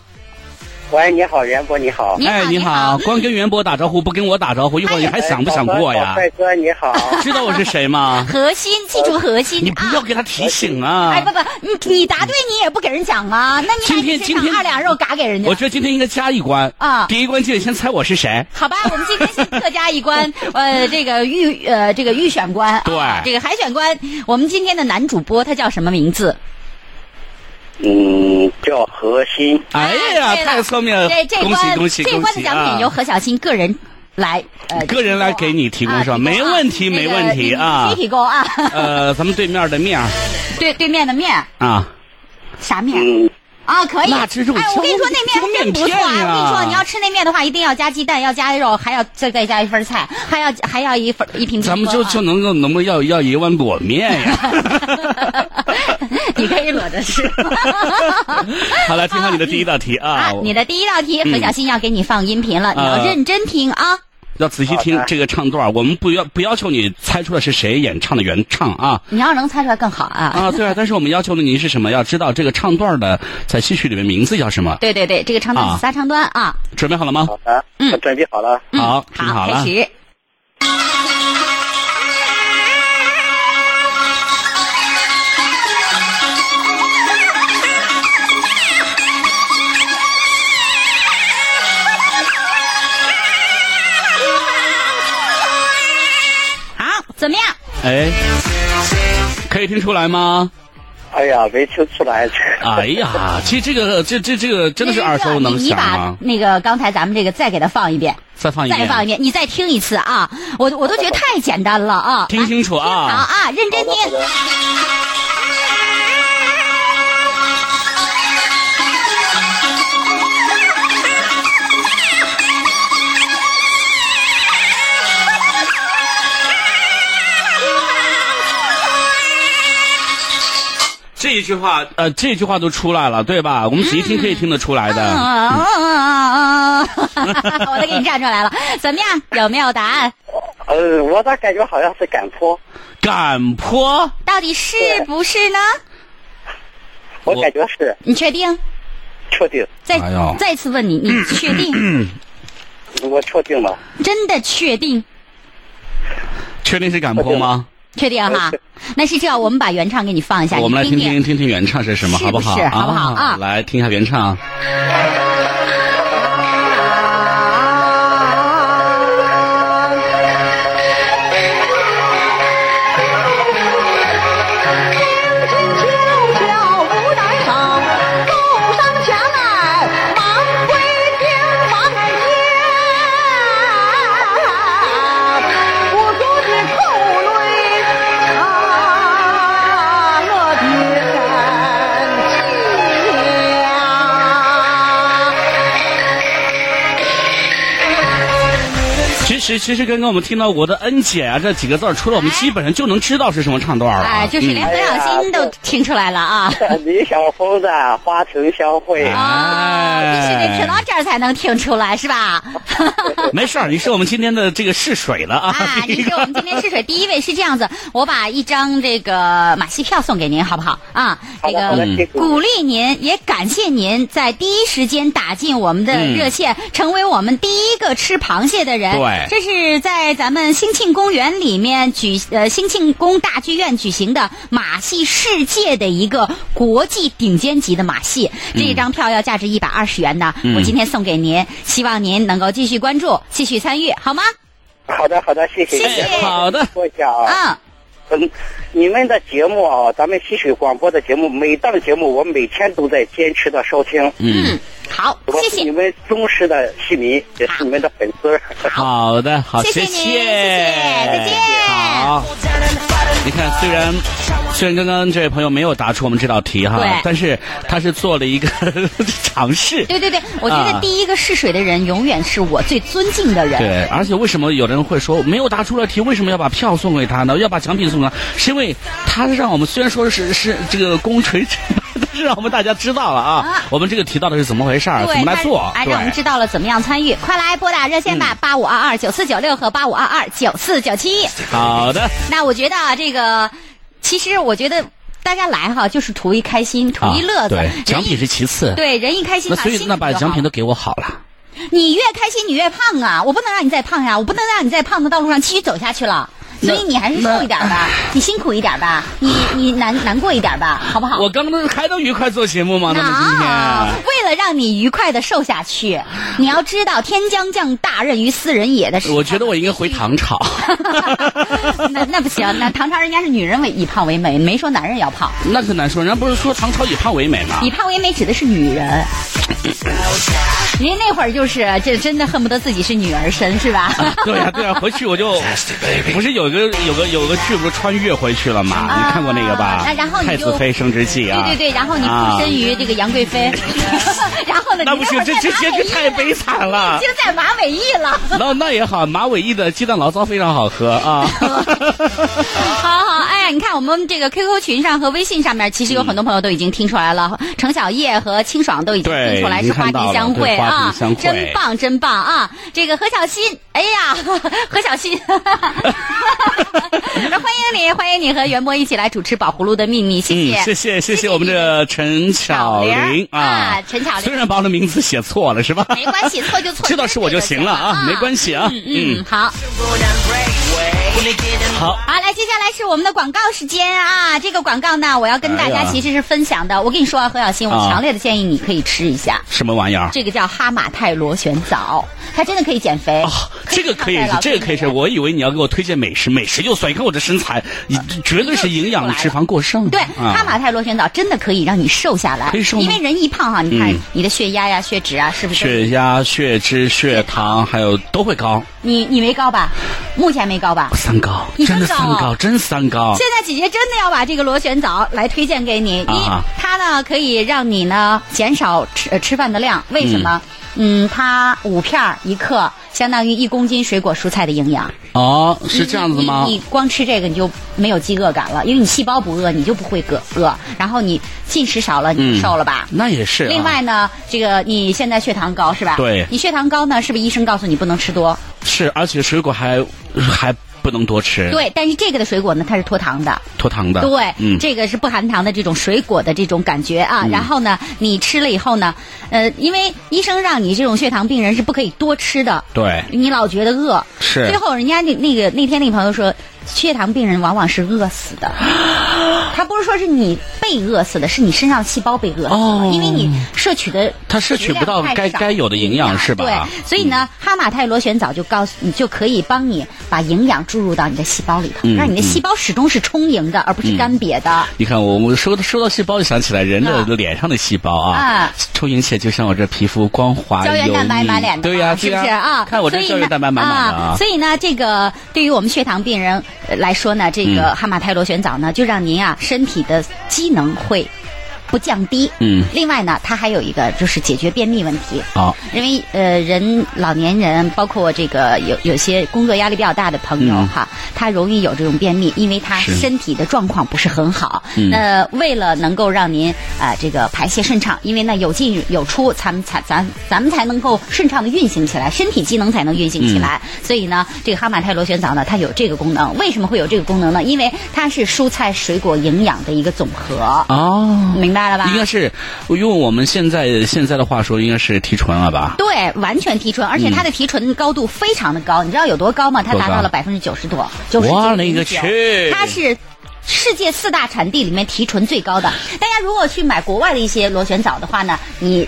[SPEAKER 6] 喂，你好，袁博，你好。
[SPEAKER 3] 你好
[SPEAKER 4] 哎，你好，光跟袁博打招呼，不跟我打招呼，一会儿你还想不想过
[SPEAKER 6] 哎小
[SPEAKER 4] 呀？
[SPEAKER 6] 帅哥，你好。
[SPEAKER 4] 知道我是谁吗？
[SPEAKER 3] 核心，记住核心
[SPEAKER 4] 哦你不要
[SPEAKER 3] 啊！
[SPEAKER 4] 给他提醒啊！
[SPEAKER 3] 哎，不不，你你答对你也不给人讲啊，那你
[SPEAKER 4] 今天
[SPEAKER 3] 把
[SPEAKER 4] 今天
[SPEAKER 3] 场二两肉嘎给人家
[SPEAKER 4] 我。觉得今天应该加一关
[SPEAKER 3] 啊
[SPEAKER 4] 第一关就得先猜我是谁。
[SPEAKER 3] 好吧，我们今天先特加一关，
[SPEAKER 4] [laughs]
[SPEAKER 3] 呃，这个预呃这个预选官，
[SPEAKER 4] 对
[SPEAKER 3] 啊这个海选官，我们今天的男主播他叫什么名字？
[SPEAKER 6] 嗯，叫何欣。
[SPEAKER 4] 哎呀，
[SPEAKER 3] 对了
[SPEAKER 4] 太侧面了
[SPEAKER 3] 这！这
[SPEAKER 4] 恭喜
[SPEAKER 3] 关
[SPEAKER 4] 恭喜
[SPEAKER 3] 这
[SPEAKER 4] 恭
[SPEAKER 3] 关的
[SPEAKER 4] 喜
[SPEAKER 3] 奖
[SPEAKER 4] 啊
[SPEAKER 3] 品！由何小欣个人来呃
[SPEAKER 4] 个人来给你提供是吧？
[SPEAKER 3] 啊提供啊
[SPEAKER 4] 没问题，
[SPEAKER 3] 那个
[SPEAKER 4] 没问题啊
[SPEAKER 3] 你必！须提供啊，
[SPEAKER 4] 呃，咱们对面的面儿
[SPEAKER 3] 对对面的面
[SPEAKER 4] 啊，
[SPEAKER 3] 啥面
[SPEAKER 6] 嗯，
[SPEAKER 3] 啊？可以，
[SPEAKER 4] 那这肉
[SPEAKER 3] 哎，我跟你说那
[SPEAKER 4] 这个
[SPEAKER 3] 面真
[SPEAKER 4] 面
[SPEAKER 3] 不错
[SPEAKER 4] 片
[SPEAKER 3] 啊！我跟
[SPEAKER 4] 呀
[SPEAKER 3] 你说，你要吃那面的话，一定要加鸡蛋，要加肉，还要再再加一份菜，还要还要一份一瓶苹果啊。
[SPEAKER 4] 咱们就就能够能不能要要一碗裸面呀？
[SPEAKER 3] [laughs] 你可以裸着
[SPEAKER 4] [laughs]
[SPEAKER 3] 吃。 [laughs]
[SPEAKER 4] 好了，听好你的第一道题啊
[SPEAKER 3] 啊，，你的第一道题，何小新要给你放音频了，你要
[SPEAKER 4] 呃
[SPEAKER 3] 认真听啊。
[SPEAKER 4] 要仔细听
[SPEAKER 6] 好的
[SPEAKER 4] 这个唱段儿，我们不要不要求你猜出来是谁演唱的原唱啊。
[SPEAKER 3] 你要能猜出来更好啊。
[SPEAKER 4] 啊，对啊，但是我们要求的您是什么？要知道这个唱段儿的在戏曲里面名字叫什么？
[SPEAKER 3] 对对对，这个长短
[SPEAKER 4] 啊
[SPEAKER 3] 是仨长短啊。
[SPEAKER 4] 准备好了吗？
[SPEAKER 6] 好的，
[SPEAKER 3] 嗯
[SPEAKER 6] 我准备好了。
[SPEAKER 3] 嗯
[SPEAKER 4] 好，听
[SPEAKER 3] 好，
[SPEAKER 4] 了
[SPEAKER 3] 开。始。好，怎么样？
[SPEAKER 4] 哎，可以听出来吗？
[SPEAKER 6] 哎呀，没听出来。
[SPEAKER 4] 哎呀，这这个这这这个真的是耳熟能
[SPEAKER 3] 哎你
[SPEAKER 4] 详
[SPEAKER 3] 把
[SPEAKER 4] 啊！
[SPEAKER 3] 那个刚才咱们这个再给它放一遍，
[SPEAKER 4] 再放一
[SPEAKER 3] 再
[SPEAKER 4] 遍，
[SPEAKER 3] 放一遍，你再听一次啊！我我都觉得太简单了啊！
[SPEAKER 4] 听清楚
[SPEAKER 3] 好
[SPEAKER 4] 啊！
[SPEAKER 3] 啊，认真
[SPEAKER 6] 好的，好
[SPEAKER 3] 听。
[SPEAKER 6] 的。
[SPEAKER 4] 这一句话，呃，这句话都出来了，对吧？我们仔细
[SPEAKER 3] 嗯
[SPEAKER 4] 听可以听得出来的。嗯
[SPEAKER 3] 啊！ [laughs] 我都给你站出来了，怎么样？有没有答案？
[SPEAKER 6] 呃，我咋感觉好像是赶坡？
[SPEAKER 4] 赶坡，
[SPEAKER 3] 到底是不是呢？
[SPEAKER 6] 我
[SPEAKER 4] 我
[SPEAKER 6] 感觉是
[SPEAKER 3] 你确定？
[SPEAKER 6] 确定，
[SPEAKER 3] 再、
[SPEAKER 4] 哎呦
[SPEAKER 3] 再次问你，你确
[SPEAKER 4] [coughs]
[SPEAKER 3] 定？
[SPEAKER 6] 我确定了。
[SPEAKER 3] 真的确定？
[SPEAKER 4] 确定是赶坡吗？
[SPEAKER 3] 确定哈？
[SPEAKER 4] [laughs]
[SPEAKER 3] 那是这样，我们把原唱给你放一下，
[SPEAKER 4] 我们来
[SPEAKER 3] 你
[SPEAKER 4] 听
[SPEAKER 3] 听
[SPEAKER 4] 听。听听原唱是什么，
[SPEAKER 3] 是
[SPEAKER 4] 好不好？
[SPEAKER 3] 不是好不好啊
[SPEAKER 4] 来听一下原唱。其实，其实刚刚我们听到我的恩姐啊这几个字儿出来，我们基本上就能知道是什么唱段了啊。
[SPEAKER 3] 哎，就是连
[SPEAKER 4] 嗯
[SPEAKER 3] 何小新都听出来了啊！
[SPEAKER 6] 李晓峰的花城相会，
[SPEAKER 3] 啊，必须
[SPEAKER 4] 哎
[SPEAKER 3] 得听到这儿才能听出来，是吧？
[SPEAKER 4] 没事儿，你是我们今天的这个试水了啊。
[SPEAKER 3] 啊，
[SPEAKER 4] 第
[SPEAKER 3] 这
[SPEAKER 4] 一
[SPEAKER 3] 是
[SPEAKER 4] 个
[SPEAKER 3] 我们今天试水第一位是这样子，我把一张这个马戏票送给您，好不好？啊，
[SPEAKER 6] 好
[SPEAKER 3] 这
[SPEAKER 6] 的好
[SPEAKER 3] 个
[SPEAKER 6] 的，辛苦。
[SPEAKER 3] 鼓励您，也感谢您在第一时间打进我们的
[SPEAKER 4] 嗯
[SPEAKER 3] 热线，成为我们第一个吃螃蟹的人。
[SPEAKER 4] 对
[SPEAKER 3] 这是在咱们兴庆公园里面举呃兴庆宫大剧院举行的马戏世界的一个国际顶尖级的马戏。这
[SPEAKER 6] 嗯
[SPEAKER 3] 一张票要价值一百二十元的，我今天送给您，希望您能够继续关注，继续参与，好吗？
[SPEAKER 6] 好的，好的，谢谢。
[SPEAKER 3] 谢谢
[SPEAKER 6] 袁博
[SPEAKER 4] 好的
[SPEAKER 6] 说一下啊。
[SPEAKER 3] 嗯，
[SPEAKER 6] 嗯，你们的节目啊，咱们吸取广播的节目，每档节目我每天都在坚持的收听。
[SPEAKER 4] 嗯，
[SPEAKER 3] 好，
[SPEAKER 6] 我
[SPEAKER 3] 谢
[SPEAKER 6] 是
[SPEAKER 3] 谢
[SPEAKER 6] 你。们忠实的戏迷，也是你们的粉丝。
[SPEAKER 4] 好的，好，
[SPEAKER 3] 谢
[SPEAKER 4] 谢
[SPEAKER 3] 谢您谢谢再见
[SPEAKER 4] 好，你看，虽然虽然刚刚这位朋友没有答出我们这道题哈
[SPEAKER 3] 对，
[SPEAKER 4] 但是他是做了一个 [laughs] 尝试。
[SPEAKER 3] 对对对，我觉
[SPEAKER 4] 啊
[SPEAKER 3] 得第一个试水的人永远是我最尊敬的人。
[SPEAKER 4] 对，而且为什么有的人会说没有答出了题，为什么要把票送给他呢？要把奖品送给他，是因为他让我们虽然说是是这个功锤，但是让我们大家知道了啊，
[SPEAKER 3] 啊
[SPEAKER 4] 我们这个提到的是怎么回事儿，
[SPEAKER 3] 对，
[SPEAKER 4] 啊怎么来做，
[SPEAKER 3] 哎，
[SPEAKER 4] 对嗯
[SPEAKER 3] 让我们知道了怎么样参与，快来拨打热线吧，八五二二九四九六和八五二二九四九七。
[SPEAKER 4] 好的，
[SPEAKER 3] 那我觉得啊，这个其实我觉得。大家来哈，就是图一开心，图一乐子。
[SPEAKER 4] 啊对
[SPEAKER 3] 人，一
[SPEAKER 4] 奖品是其次。
[SPEAKER 3] 对人一开心
[SPEAKER 4] 那
[SPEAKER 3] 嘛，
[SPEAKER 4] 所
[SPEAKER 3] 心
[SPEAKER 4] 以
[SPEAKER 3] 情
[SPEAKER 4] 那把
[SPEAKER 3] 就好
[SPEAKER 4] 奖品
[SPEAKER 3] 了
[SPEAKER 4] 都给我好了。
[SPEAKER 3] 你越开心，你越胖啊！我不能让你再胖呀、我不能让你在胖的道路上继续走下去了。所以你还是瘦一点吧，你辛苦一点吧，你你难难过一点吧，好不好？
[SPEAKER 4] 我刚刚不是还能愉快做节目吗？那么今
[SPEAKER 3] 啊
[SPEAKER 4] 天，
[SPEAKER 3] 为了让你愉快的瘦下去，你要知道“天将降大任于斯人也”的时候，
[SPEAKER 4] 我觉得我应该回唐朝。
[SPEAKER 3] [laughs] 那那不行，那唐朝人家是女人为以胖为美，没说男人要胖。
[SPEAKER 4] 那可难说，人家不是说唐朝以胖为美吗？
[SPEAKER 3] 以胖为美指的是女人，
[SPEAKER 4] [laughs]
[SPEAKER 3] 人家那会儿就是这真的恨不得自己是女儿身是
[SPEAKER 4] [laughs]
[SPEAKER 3] 吧？
[SPEAKER 4] 对呀、对呀、回去我就不是有个有个有个剧不是穿越回去了吗？
[SPEAKER 3] 啊
[SPEAKER 4] 你看过那个吧？
[SPEAKER 3] 那然后你
[SPEAKER 4] 太
[SPEAKER 3] 就
[SPEAKER 4] 子妃升职记啊。
[SPEAKER 3] 对对对，然后你附身于这个杨贵妃， [laughs] 然后呢，
[SPEAKER 4] 那不行，这这这这太悲惨了
[SPEAKER 3] 已。经在马尾驿了。
[SPEAKER 4] 那那也好，马尾驿的鸡蛋醪糟非常好喝啊。
[SPEAKER 3] 好好，哎呀，你看我们这个 QQ 群上和微信上面，其实有很多朋友都已经听出来了，程小叶和清爽都已经听出来
[SPEAKER 4] 对
[SPEAKER 3] 是花
[SPEAKER 4] 已
[SPEAKER 3] 地
[SPEAKER 4] 经
[SPEAKER 3] 相
[SPEAKER 4] 看到了
[SPEAKER 3] 会
[SPEAKER 4] 对花
[SPEAKER 3] 啊
[SPEAKER 4] 地相，会
[SPEAKER 3] 真棒真棒啊！这个何小新，哎呀， [laughs] 何小新，欢迎你，欢迎你和袁博一起来主持《宝葫芦的秘密》， [laughs] 谢
[SPEAKER 4] 嗯
[SPEAKER 3] 谢，，
[SPEAKER 4] 谢谢谢谢我们的陈巧玲
[SPEAKER 3] 巧玲
[SPEAKER 4] 啊
[SPEAKER 3] 啊，陈巧玲
[SPEAKER 4] 虽然把我的名字写错了是吧？
[SPEAKER 3] 没关系，错就错，
[SPEAKER 4] [laughs] 知道是我就行了啊，没关
[SPEAKER 3] 系。
[SPEAKER 4] 系啊。
[SPEAKER 3] 嗯嗯，好。
[SPEAKER 4] 好，
[SPEAKER 3] 好，来，接下来是我们的广告时间啊！这个广告呢，我要跟大
[SPEAKER 4] 哎
[SPEAKER 3] 家
[SPEAKER 4] 呀
[SPEAKER 3] 其实是分享的。我跟你说啊，何小新，我
[SPEAKER 4] 啊
[SPEAKER 3] 强烈的建议你可以吃一下，
[SPEAKER 4] 什么玩意儿？
[SPEAKER 3] 这个叫哈马泰螺旋藻，它真的可以减肥。
[SPEAKER 4] 啊，这个可以
[SPEAKER 3] 抗衰
[SPEAKER 4] 吃
[SPEAKER 3] 老，
[SPEAKER 4] 这个可以吃。
[SPEAKER 3] [laughs] 对
[SPEAKER 4] 我以为你要给我推荐美食，美食就算。你看我这身材，你这绝对是营养脂肪过剩。
[SPEAKER 3] 对，
[SPEAKER 4] 啊
[SPEAKER 3] 哈马泰螺旋藻真的可以让你瘦下来，
[SPEAKER 4] 可以瘦吗
[SPEAKER 3] 因为人一胖哈、你看
[SPEAKER 4] 嗯
[SPEAKER 3] 你的血压呀、血脂啊，是不是？
[SPEAKER 4] 血压、血脂、血糖还有都会高，
[SPEAKER 3] 你你没高吧？目前没高吧？
[SPEAKER 4] 三高，
[SPEAKER 3] 你
[SPEAKER 4] 真的
[SPEAKER 3] 真
[SPEAKER 4] 三
[SPEAKER 3] 高啊
[SPEAKER 4] 高，真三高。
[SPEAKER 3] 现在姐姐真的要把这个螺旋藻来推荐给你，
[SPEAKER 4] 啊
[SPEAKER 3] 一
[SPEAKER 4] 哈
[SPEAKER 3] 它呢可以让你呢减少吃、呃吃饭的量，为什么？嗯，它五片儿一克，相当于一公斤水果蔬菜的营养。
[SPEAKER 4] 哦，是这样子吗
[SPEAKER 3] 你？你你光吃这个你就没有饥饿感了，因为你细胞不饿，你就不会饿饿。然后你进食少了，你就瘦了吧？
[SPEAKER 4] 那也嗯是啊。
[SPEAKER 3] 另外呢，这个你现在血糖高是吧？
[SPEAKER 4] 对
[SPEAKER 3] 你血糖高呢，是不是医生告诉你不能吃多？
[SPEAKER 4] 是，而且水果还还不能多吃，
[SPEAKER 3] 对，但是这个的水果呢，它是脱糖的。
[SPEAKER 4] 脱糖的。
[SPEAKER 3] 对，
[SPEAKER 4] 嗯，
[SPEAKER 3] 这个是不含糖的这种水果的这种感觉啊。然后呢，你吃了以后呢，呃，因为医生让你这种血糖病人是不可以多吃的，
[SPEAKER 4] 对
[SPEAKER 3] 你老觉得饿。
[SPEAKER 4] 是
[SPEAKER 3] 最后人家那那个那天那个朋友说，血糖病人往往是饿死的。他不是说是你被饿死的，是你身上的细胞被饿死了，
[SPEAKER 4] 哦
[SPEAKER 3] 因为你摄取的
[SPEAKER 4] 它摄取不到
[SPEAKER 3] 质量太
[SPEAKER 4] 该
[SPEAKER 3] 少
[SPEAKER 4] 该有的营养是吧嗯
[SPEAKER 3] 对，所以呢，哈马泰螺旋藻就告诉你就可以帮你把营养注入到你的细胞里头，
[SPEAKER 4] 嗯
[SPEAKER 3] 让你的细胞始终是充盈的，而不是干瘪的。
[SPEAKER 4] 你看，我我说到说到细胞，就想起来人的
[SPEAKER 3] 啊
[SPEAKER 4] 脸上的细胞啊，
[SPEAKER 3] 啊
[SPEAKER 4] 充盈起来就像我这皮肤光滑
[SPEAKER 3] 胶原
[SPEAKER 4] 油
[SPEAKER 3] 蛋白
[SPEAKER 4] 腻
[SPEAKER 3] 满脸的嘛，
[SPEAKER 4] 对呀、
[SPEAKER 3] 是
[SPEAKER 4] 对
[SPEAKER 3] 不
[SPEAKER 4] 呀、
[SPEAKER 3] 是啊？
[SPEAKER 4] 看我
[SPEAKER 3] 所
[SPEAKER 4] 这
[SPEAKER 3] 以
[SPEAKER 4] 胶
[SPEAKER 3] 呢
[SPEAKER 4] 原蛋白满满的
[SPEAKER 3] 啊。所以呢，这个对于我们血糖病人呃来说呢，这
[SPEAKER 4] 嗯
[SPEAKER 3] 个哈马泰螺旋藻呢，就让您啊身体的机能会不降低。
[SPEAKER 4] 嗯哦
[SPEAKER 3] 另外呢，它还有一个就是解决便秘问题。
[SPEAKER 4] 好，
[SPEAKER 3] 因为呃，人老年人，包括这个有有些工作压力比较大的朋友、
[SPEAKER 4] 嗯
[SPEAKER 3] 哈，他容易有这种便秘，因为他
[SPEAKER 4] 是嗯
[SPEAKER 3] 身体的状况不是很好。那为了能够让您啊、这个排泄顺畅，因为呢有进有出，咱们才咱咱们才能够顺畅的运行起来，身体机能才能运行
[SPEAKER 4] 嗯
[SPEAKER 3] 起来。所以呢，这个哈马泰螺旋藻呢，它有这个功能。为什么会有这个功能呢？因为它是蔬菜水果营养的一个总和，
[SPEAKER 4] 哦，
[SPEAKER 3] 明白了吧？
[SPEAKER 4] 应该是用我们现在现在的话说，应该是提纯了吧？
[SPEAKER 3] 对，完全提纯，而且它的提纯高度非常的高，你知道有多高吗？它
[SPEAKER 4] 多
[SPEAKER 3] 达
[SPEAKER 4] 嗯高
[SPEAKER 3] 到了百分之九十多，九十
[SPEAKER 4] 我勒个去
[SPEAKER 3] 它是。世界四大产地里面提纯最高的，大家如果去买国外的一些螺旋藻的话呢，你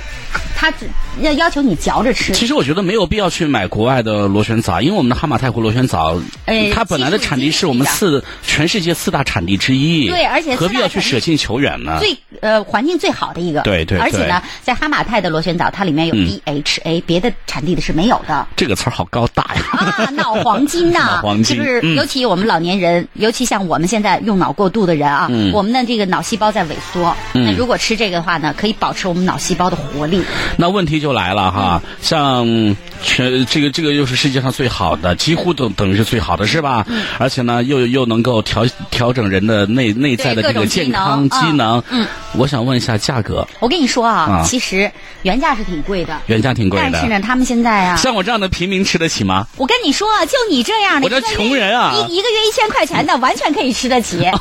[SPEAKER 3] 它只要要求你嚼着吃，
[SPEAKER 4] 其实我觉得没有必要去买国外的螺旋藻，因为我们的哈马泰湖螺旋藻，
[SPEAKER 3] 哎
[SPEAKER 4] 它本来的产地是我们四全世界四大产地之一，
[SPEAKER 3] 对而且四大
[SPEAKER 4] 何必要去舍近求远呢？
[SPEAKER 3] 最呃环境最好的一个。
[SPEAKER 4] 啊对嗯对
[SPEAKER 3] 而且呢，在哈马泰的螺旋藻，它里面有 DHA，、别的产地的是没有的。
[SPEAKER 4] 这个词儿好高大呀！
[SPEAKER 3] 啊，脑黄金
[SPEAKER 4] [laughs]
[SPEAKER 3] 呐、
[SPEAKER 4] 脑黄金
[SPEAKER 3] 是不是？
[SPEAKER 4] 嗯
[SPEAKER 3] 尤其我们老年人，尤其像我们现在用脑过度的人啊，
[SPEAKER 4] 嗯
[SPEAKER 3] 我们的这个脑细胞在萎缩。
[SPEAKER 4] 嗯
[SPEAKER 3] 那如果吃这个的话呢，可以保持我们脑细胞的活力。
[SPEAKER 4] 那问题就来了哈，像全这个这个又是世界上最好的，几乎等等于是最好的是吧？
[SPEAKER 3] 嗯
[SPEAKER 4] 而且呢，又又能够调调整人的内内在
[SPEAKER 3] 对
[SPEAKER 4] 的这
[SPEAKER 3] 各
[SPEAKER 4] 个
[SPEAKER 3] 种机
[SPEAKER 4] 健
[SPEAKER 3] 能
[SPEAKER 4] 康机
[SPEAKER 3] 嗯
[SPEAKER 4] 能。
[SPEAKER 3] 嗯，
[SPEAKER 4] 我想问一下价格，
[SPEAKER 3] 我跟你说啊，
[SPEAKER 4] 啊
[SPEAKER 3] 其实原价是挺贵的，
[SPEAKER 4] 原价挺贵
[SPEAKER 3] 但是呢，
[SPEAKER 4] 的，
[SPEAKER 3] 他们现在啊，
[SPEAKER 4] 像我这样的平民吃得起吗？
[SPEAKER 3] 我跟你说啊，就你这样的，
[SPEAKER 4] 我这
[SPEAKER 3] 一个月
[SPEAKER 4] 穷人啊
[SPEAKER 3] 一一个月一千块钱的，完全可以吃得
[SPEAKER 4] [laughs]
[SPEAKER 3] 起，因为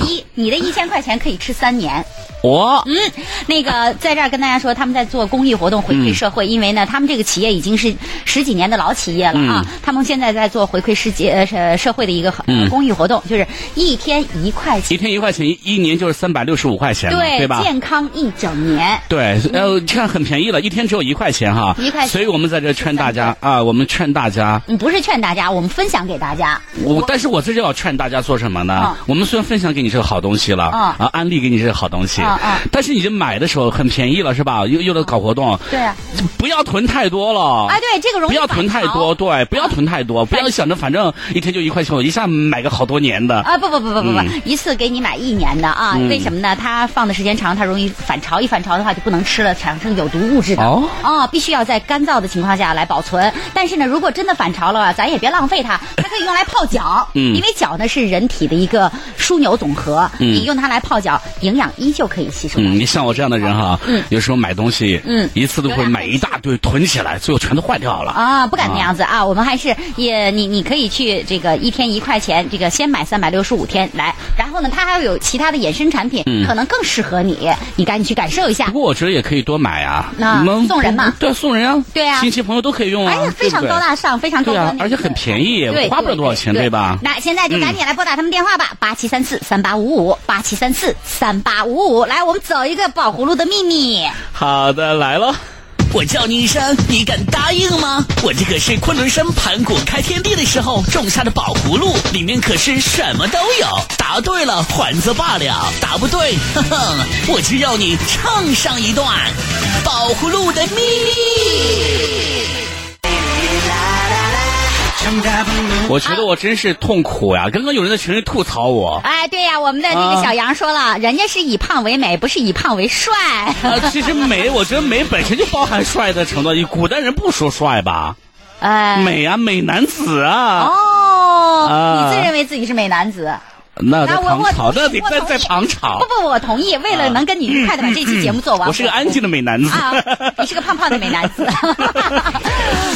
[SPEAKER 3] 你一你的一千块钱可以吃三年。
[SPEAKER 4] 我、
[SPEAKER 3] 嗯， [laughs] 那个在这儿跟大家说，他们在做公益活动回馈社
[SPEAKER 4] 嗯
[SPEAKER 3] 会，因为呢，他们这个企业已经是十几年的老企业了啊，
[SPEAKER 4] 嗯
[SPEAKER 3] 他们现在在做回馈世界呃社会的一个、呃、公益活动，就是一天一块钱，
[SPEAKER 4] 一天一块钱，一一年就是三百六十五块钱嘛，对吧？
[SPEAKER 3] 健康一整年。
[SPEAKER 4] 对，呃，这样很便宜了，一天只有一块钱哈，
[SPEAKER 3] 一块钱
[SPEAKER 4] 所以我们在这劝大
[SPEAKER 3] 三
[SPEAKER 4] 家啊，我们劝大家，
[SPEAKER 3] 嗯，不是劝大家，我们分享给大家。
[SPEAKER 4] 我但是我这就要劝大家做什么呢？
[SPEAKER 3] 嗯
[SPEAKER 4] 我们虽然分享给你这个好东西了，
[SPEAKER 3] 嗯
[SPEAKER 4] 啊，安利给你这个好东西，
[SPEAKER 3] 嗯嗯
[SPEAKER 4] 但是你这买的时候很便宜了是吧？又又得搞活动，
[SPEAKER 3] 对啊，
[SPEAKER 4] 不要囤太多了。
[SPEAKER 3] 哎，对，这个容易啊
[SPEAKER 4] 不要囤
[SPEAKER 3] 反
[SPEAKER 4] 太
[SPEAKER 3] 潮
[SPEAKER 4] 多，对，不要囤太多，不要想着反正一天就一块钱，我一下买个好多年的。
[SPEAKER 3] 啊，不不不不不不，
[SPEAKER 4] 嗯
[SPEAKER 3] 一次给你买一年的啊？为什么呢？它放的时间长，它容易反潮，一反潮的话就不能吃了，产生有毒物质的。
[SPEAKER 4] 哦
[SPEAKER 3] 啊，必须要在干燥的情况下来保存。但是呢，如果真的反潮了，咱也别浪费
[SPEAKER 4] [laughs]
[SPEAKER 3] 它，它可以用来泡脚。
[SPEAKER 4] 嗯
[SPEAKER 3] 因为脚呢是人体的一个枢纽总和，
[SPEAKER 4] 嗯
[SPEAKER 3] 你用它来泡脚，营养依旧可以吸收到。
[SPEAKER 4] 嗯，你像我这样的人哈，
[SPEAKER 3] 嗯
[SPEAKER 4] 有时候买东西，
[SPEAKER 3] 嗯
[SPEAKER 4] 一次都
[SPEAKER 3] 有
[SPEAKER 4] 会
[SPEAKER 3] 点
[SPEAKER 4] 买一大堆，囤起来，最后全都坏掉了。
[SPEAKER 3] 啊，不敢那样子啊！我们还是也你你可以去这个一天一块钱，这个先买三百六十五天来，然后呢，它还有其他的衍生产品，可能更适合你，你赶紧去感受一下
[SPEAKER 4] 嗯不。过我觉得也可以多买啊，
[SPEAKER 3] 那
[SPEAKER 4] 你们
[SPEAKER 3] 送人嘛
[SPEAKER 4] 对，送人啊，
[SPEAKER 3] 对啊
[SPEAKER 4] 亲戚朋友都可以用啊，
[SPEAKER 3] 哎呀，非常
[SPEAKER 4] 对不
[SPEAKER 3] 高
[SPEAKER 4] 对
[SPEAKER 3] 大上，非常高
[SPEAKER 4] 对
[SPEAKER 3] 端
[SPEAKER 4] 啊
[SPEAKER 3] 的，
[SPEAKER 4] 而且很便宜
[SPEAKER 3] 对，，
[SPEAKER 4] 花不了多少钱，
[SPEAKER 3] 对
[SPEAKER 4] 吧？
[SPEAKER 3] 那现在就赶紧来拨打他们电话吧，八七三四三八五五，八七三四三八五五，来，我们走一个宝葫芦的秘密。
[SPEAKER 4] 好的，来了，
[SPEAKER 5] 我叫你一声，你敢答应吗？我这可是昆仑山盘古开天地的时候种下的宝葫芦，里面可是什么都有。答对了，还则罢了；答不对， [laughs] 哼哼，我就要你唱上一段宝葫芦的秘密。
[SPEAKER 2] 정답은 무
[SPEAKER 4] 我觉得我真是痛苦呀！刚刚有人在群里吐槽
[SPEAKER 5] [laughs]
[SPEAKER 4] 我，
[SPEAKER 3] 哎，对呀、我们的那个
[SPEAKER 4] 啊
[SPEAKER 3] 小杨说了，人家是以胖为美，不是以胖为
[SPEAKER 4] [laughs]
[SPEAKER 3] 帅。
[SPEAKER 4] 啊，其实美，我觉得美本身就包含帅的程度，古代人不说帅吧？
[SPEAKER 3] 哎，
[SPEAKER 4] 美啊，美男子啊，
[SPEAKER 3] 哦，
[SPEAKER 4] 啊
[SPEAKER 3] 你自认为自己是美男子？
[SPEAKER 4] 那在
[SPEAKER 3] 那我
[SPEAKER 4] 唐
[SPEAKER 3] 我
[SPEAKER 4] 朝，那得
[SPEAKER 3] 我
[SPEAKER 4] 在
[SPEAKER 3] 同
[SPEAKER 4] 在
[SPEAKER 3] 意
[SPEAKER 4] 唐朝
[SPEAKER 3] 不，不，不我同意。为了能跟你愉快的把这期节目做完，
[SPEAKER 4] 啊我是个安静的美男子。
[SPEAKER 3] 啊，你是个胖胖的美男
[SPEAKER 4] [laughs]
[SPEAKER 3] 子。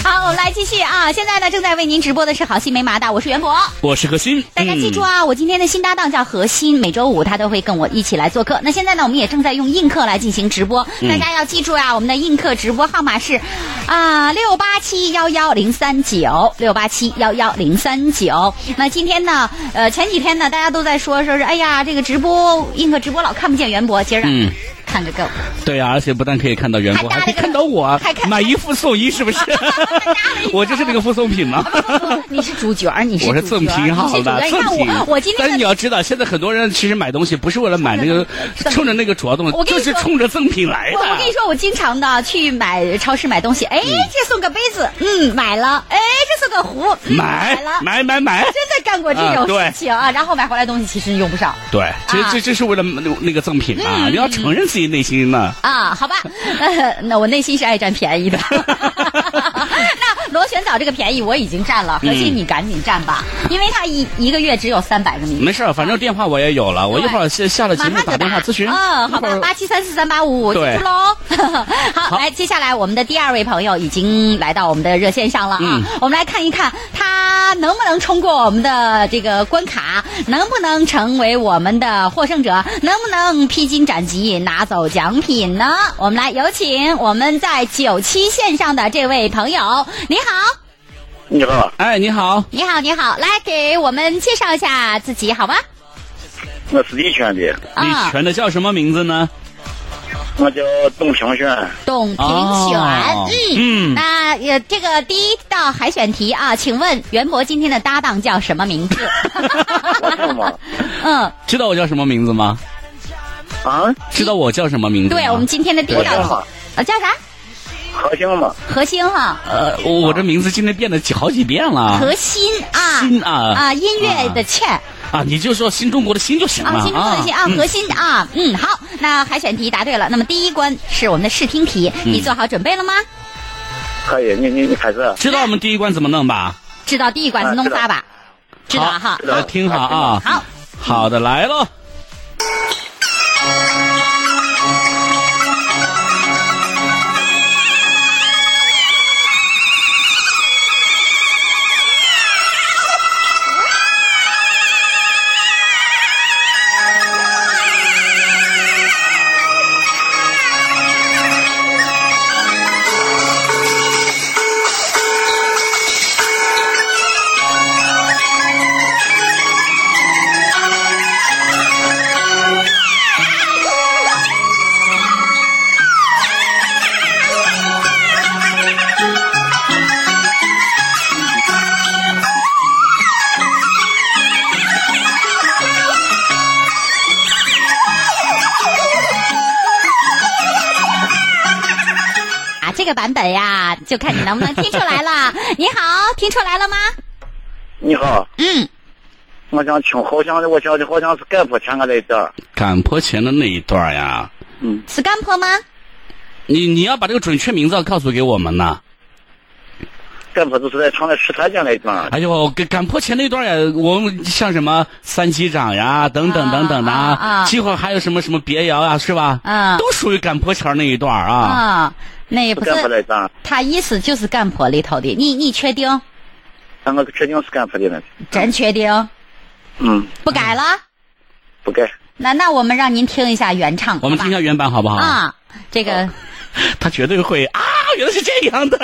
[SPEAKER 3] 好，我们来继续啊！现在呢，正在为您直播的是好戏没麻大，我是袁博。
[SPEAKER 4] 我是何欣，
[SPEAKER 3] 大家记住
[SPEAKER 4] 嗯
[SPEAKER 3] 啊，我今天的新搭档叫何欣，每周五他都会跟我一起来做客。那现在呢，我们也正在用映客来进行直播，
[SPEAKER 4] 嗯
[SPEAKER 3] 大家要记住啊，我们的映客直播号码是啊六八七幺幺零三九六八七幺幺零三九。那今天呢，呃，前几天呢，大家都在说说是哎呀，这个直播映客直播老看不见袁博，今儿啊、
[SPEAKER 4] 嗯
[SPEAKER 3] 看个够。
[SPEAKER 4] 对呀、而且不但可以看到员工，
[SPEAKER 3] 还搭了
[SPEAKER 4] 还可以
[SPEAKER 3] 个
[SPEAKER 4] 看到我啊
[SPEAKER 3] 还看
[SPEAKER 4] 买一附送
[SPEAKER 3] [laughs]
[SPEAKER 4] 一，是不是
[SPEAKER 3] 搭了一？个啊
[SPEAKER 4] [laughs] 我就是那个附送品吗？
[SPEAKER 3] 你是主角儿，你是
[SPEAKER 4] [laughs] 我是
[SPEAKER 3] 主
[SPEAKER 4] 赠
[SPEAKER 3] 角儿
[SPEAKER 4] 品，好
[SPEAKER 3] 你是主角
[SPEAKER 4] 的
[SPEAKER 3] 儿。啊你
[SPEAKER 4] 赠
[SPEAKER 3] 看
[SPEAKER 4] 品
[SPEAKER 3] 我，。我今
[SPEAKER 4] 但是
[SPEAKER 3] 天
[SPEAKER 4] 你
[SPEAKER 3] 的。
[SPEAKER 4] 要知道，现在很多人其实买东西不是为了买那个，冲着那个着动
[SPEAKER 3] 我，跟
[SPEAKER 4] 就
[SPEAKER 3] 你
[SPEAKER 4] 是
[SPEAKER 3] 说
[SPEAKER 4] 冲着赠品来的。
[SPEAKER 3] 我我跟你说，我经常的去买超市买东西，哎，这送个杯子，嗯，买了，哎，这送个壶，嗯
[SPEAKER 4] 买
[SPEAKER 3] 买了，
[SPEAKER 4] 买买买，
[SPEAKER 3] 真的干过这种
[SPEAKER 4] 啊对
[SPEAKER 3] 事情啊。然后买回来东西其实用不上。
[SPEAKER 4] 对，这
[SPEAKER 3] 啊嗯
[SPEAKER 4] 这这是为了那个赠品啊！你要承认自己内心呢。
[SPEAKER 3] 啊，好吧， [laughs] 呃那我内心是爱占便宜 [laughs] 的。那螺旋藻这个便宜我已经占了，何西你赶紧占吧，因为它一一个月只有三百个名额。
[SPEAKER 4] 没事儿，反正电话我也有了，我一会儿下下了节
[SPEAKER 3] 嗯马
[SPEAKER 4] 目
[SPEAKER 3] 上就
[SPEAKER 4] 打电话咨询。
[SPEAKER 3] 嗯，好
[SPEAKER 4] 一
[SPEAKER 3] 吧
[SPEAKER 4] 会儿，
[SPEAKER 3] 八七三四三八五五，记
[SPEAKER 4] 对
[SPEAKER 3] 住喽。 [laughs] 好，来，接下来我们的第二位朋友已经来到我们的热线上了啊，
[SPEAKER 4] 嗯
[SPEAKER 3] 我们来看一看他能不能冲过我们的这个关卡，能不能成为我们的获胜者，能不能披荆斩棘拿走奖品呢？我们来有请我们在九七线上的这位朋友，你好，
[SPEAKER 6] 你好，
[SPEAKER 4] 哎，你好，
[SPEAKER 3] 你好，你好，来给我们介绍一下自己好吗？
[SPEAKER 6] 我是利泉的，
[SPEAKER 4] 你
[SPEAKER 3] 啊，
[SPEAKER 4] 全的叫什么名字呢？
[SPEAKER 6] 我叫董平炫。
[SPEAKER 3] 董平选，
[SPEAKER 4] 哦
[SPEAKER 3] 嗯。
[SPEAKER 4] 嗯，
[SPEAKER 3] 那呃，这个第一道海选题啊，请问袁博今天的搭档叫什么名字？
[SPEAKER 6] 我
[SPEAKER 3] [laughs]
[SPEAKER 6] 叫吗？
[SPEAKER 3] 嗯，
[SPEAKER 4] 知道我叫什么名字吗？
[SPEAKER 6] 啊，
[SPEAKER 4] 知道我叫什么名字吗？
[SPEAKER 3] 对，我们今天的第一
[SPEAKER 6] 我
[SPEAKER 3] 道
[SPEAKER 6] 叫
[SPEAKER 3] 题
[SPEAKER 6] 吗，
[SPEAKER 3] 呃，叫啥？
[SPEAKER 6] 何兴吗？
[SPEAKER 3] 何星哈、
[SPEAKER 4] 呃，我我这名字今天变了几好几遍了。
[SPEAKER 3] 何心啊，
[SPEAKER 4] 心啊
[SPEAKER 3] 啊，音乐的倩，
[SPEAKER 4] 啊，你就说新中国的新就行了
[SPEAKER 3] 啊，新中国的新啊，核心啊，嗯，好，那海选题答对了。那么第一关是我们的试听题，你做好准备了吗？
[SPEAKER 6] 可以，你你你开始。
[SPEAKER 4] 知道我们第一关怎么弄吧？
[SPEAKER 3] 知道第一关是弄啥吧？啊知道
[SPEAKER 4] 好
[SPEAKER 3] 哈。
[SPEAKER 4] 来听好啊，
[SPEAKER 3] 好，
[SPEAKER 4] 好的，来喽。
[SPEAKER 3] 啊，这个版本呀，就看你能不能听出来了。你好，听出来了吗？
[SPEAKER 6] 你好，
[SPEAKER 3] 嗯，
[SPEAKER 6] 我想听，好像我想好像是干部前个那一段儿。
[SPEAKER 4] 赶坡前的那一段呀，
[SPEAKER 3] 是干坡吗？
[SPEAKER 4] 你你要把这个准确名字要告诉给我们呐。
[SPEAKER 6] 干部就是在唱的石川江那一段儿。
[SPEAKER 4] 哎呦，赶赶坡前那段呀，我们像什么三七掌呀，等等
[SPEAKER 3] 啊
[SPEAKER 4] 等等的
[SPEAKER 3] 啊啊
[SPEAKER 4] 这会儿还有什么什么别谣啊，是吧？
[SPEAKER 3] 嗯
[SPEAKER 4] 都属于赶坡前那一段啊。
[SPEAKER 3] 啊，那也
[SPEAKER 6] 是
[SPEAKER 3] 不
[SPEAKER 6] 干部
[SPEAKER 3] 是，
[SPEAKER 6] 那一段儿，
[SPEAKER 3] 他意思就是干坡里头的。你你确定？
[SPEAKER 4] 嗯
[SPEAKER 6] 但我确定是干部的了。
[SPEAKER 3] 真确定？
[SPEAKER 6] 嗯，
[SPEAKER 3] 不改了？
[SPEAKER 6] 不该。
[SPEAKER 3] 那那我们让您听一下原唱，
[SPEAKER 4] [laughs] 我们
[SPEAKER 3] 好吧
[SPEAKER 4] 听一下原版好不好？，
[SPEAKER 3] 啊，这个。
[SPEAKER 4] 他绝对会啊，原来是这
[SPEAKER 3] [laughs]
[SPEAKER 4] 样的。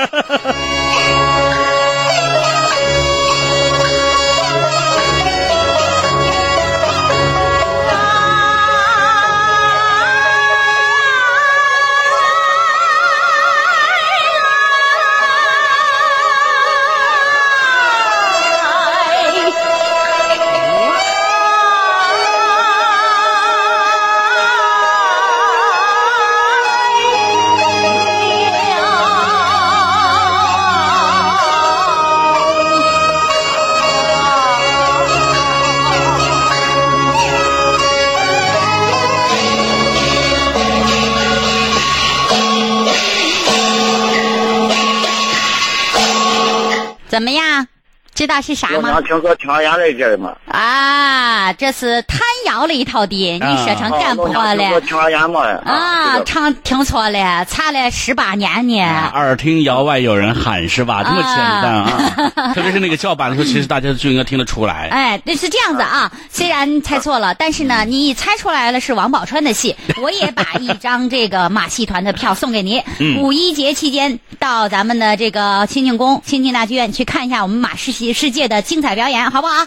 [SPEAKER 3] 怎么样？知道是啥
[SPEAKER 6] 我
[SPEAKER 3] 吗
[SPEAKER 6] 想？听个听伢那一节的嘛。
[SPEAKER 3] 啊，这是弹谣里头的，你说成干坡
[SPEAKER 6] 啊我想听个
[SPEAKER 3] 了
[SPEAKER 6] 听伢嘛。
[SPEAKER 3] 啊，
[SPEAKER 6] 这个
[SPEAKER 3] 唱听错了，差了十八年呢。
[SPEAKER 4] 啊耳听窑外有人喊是
[SPEAKER 3] 嗯
[SPEAKER 4] 吧？这么简单
[SPEAKER 3] [laughs]
[SPEAKER 4] 啊！特别是那个叫板的时候，其实大家就应该听得出来。
[SPEAKER 3] 哎，那是这样子啊，虽然猜错了，但是呢，你猜出来了是王宝钏的戏，我也把一张这个马戏团的票送给您。
[SPEAKER 4] 嗯
[SPEAKER 3] 五一节期间到咱们的这个清庆宫、清庆大剧院去看一下我们马世袭世界的精彩表演，好不啊好？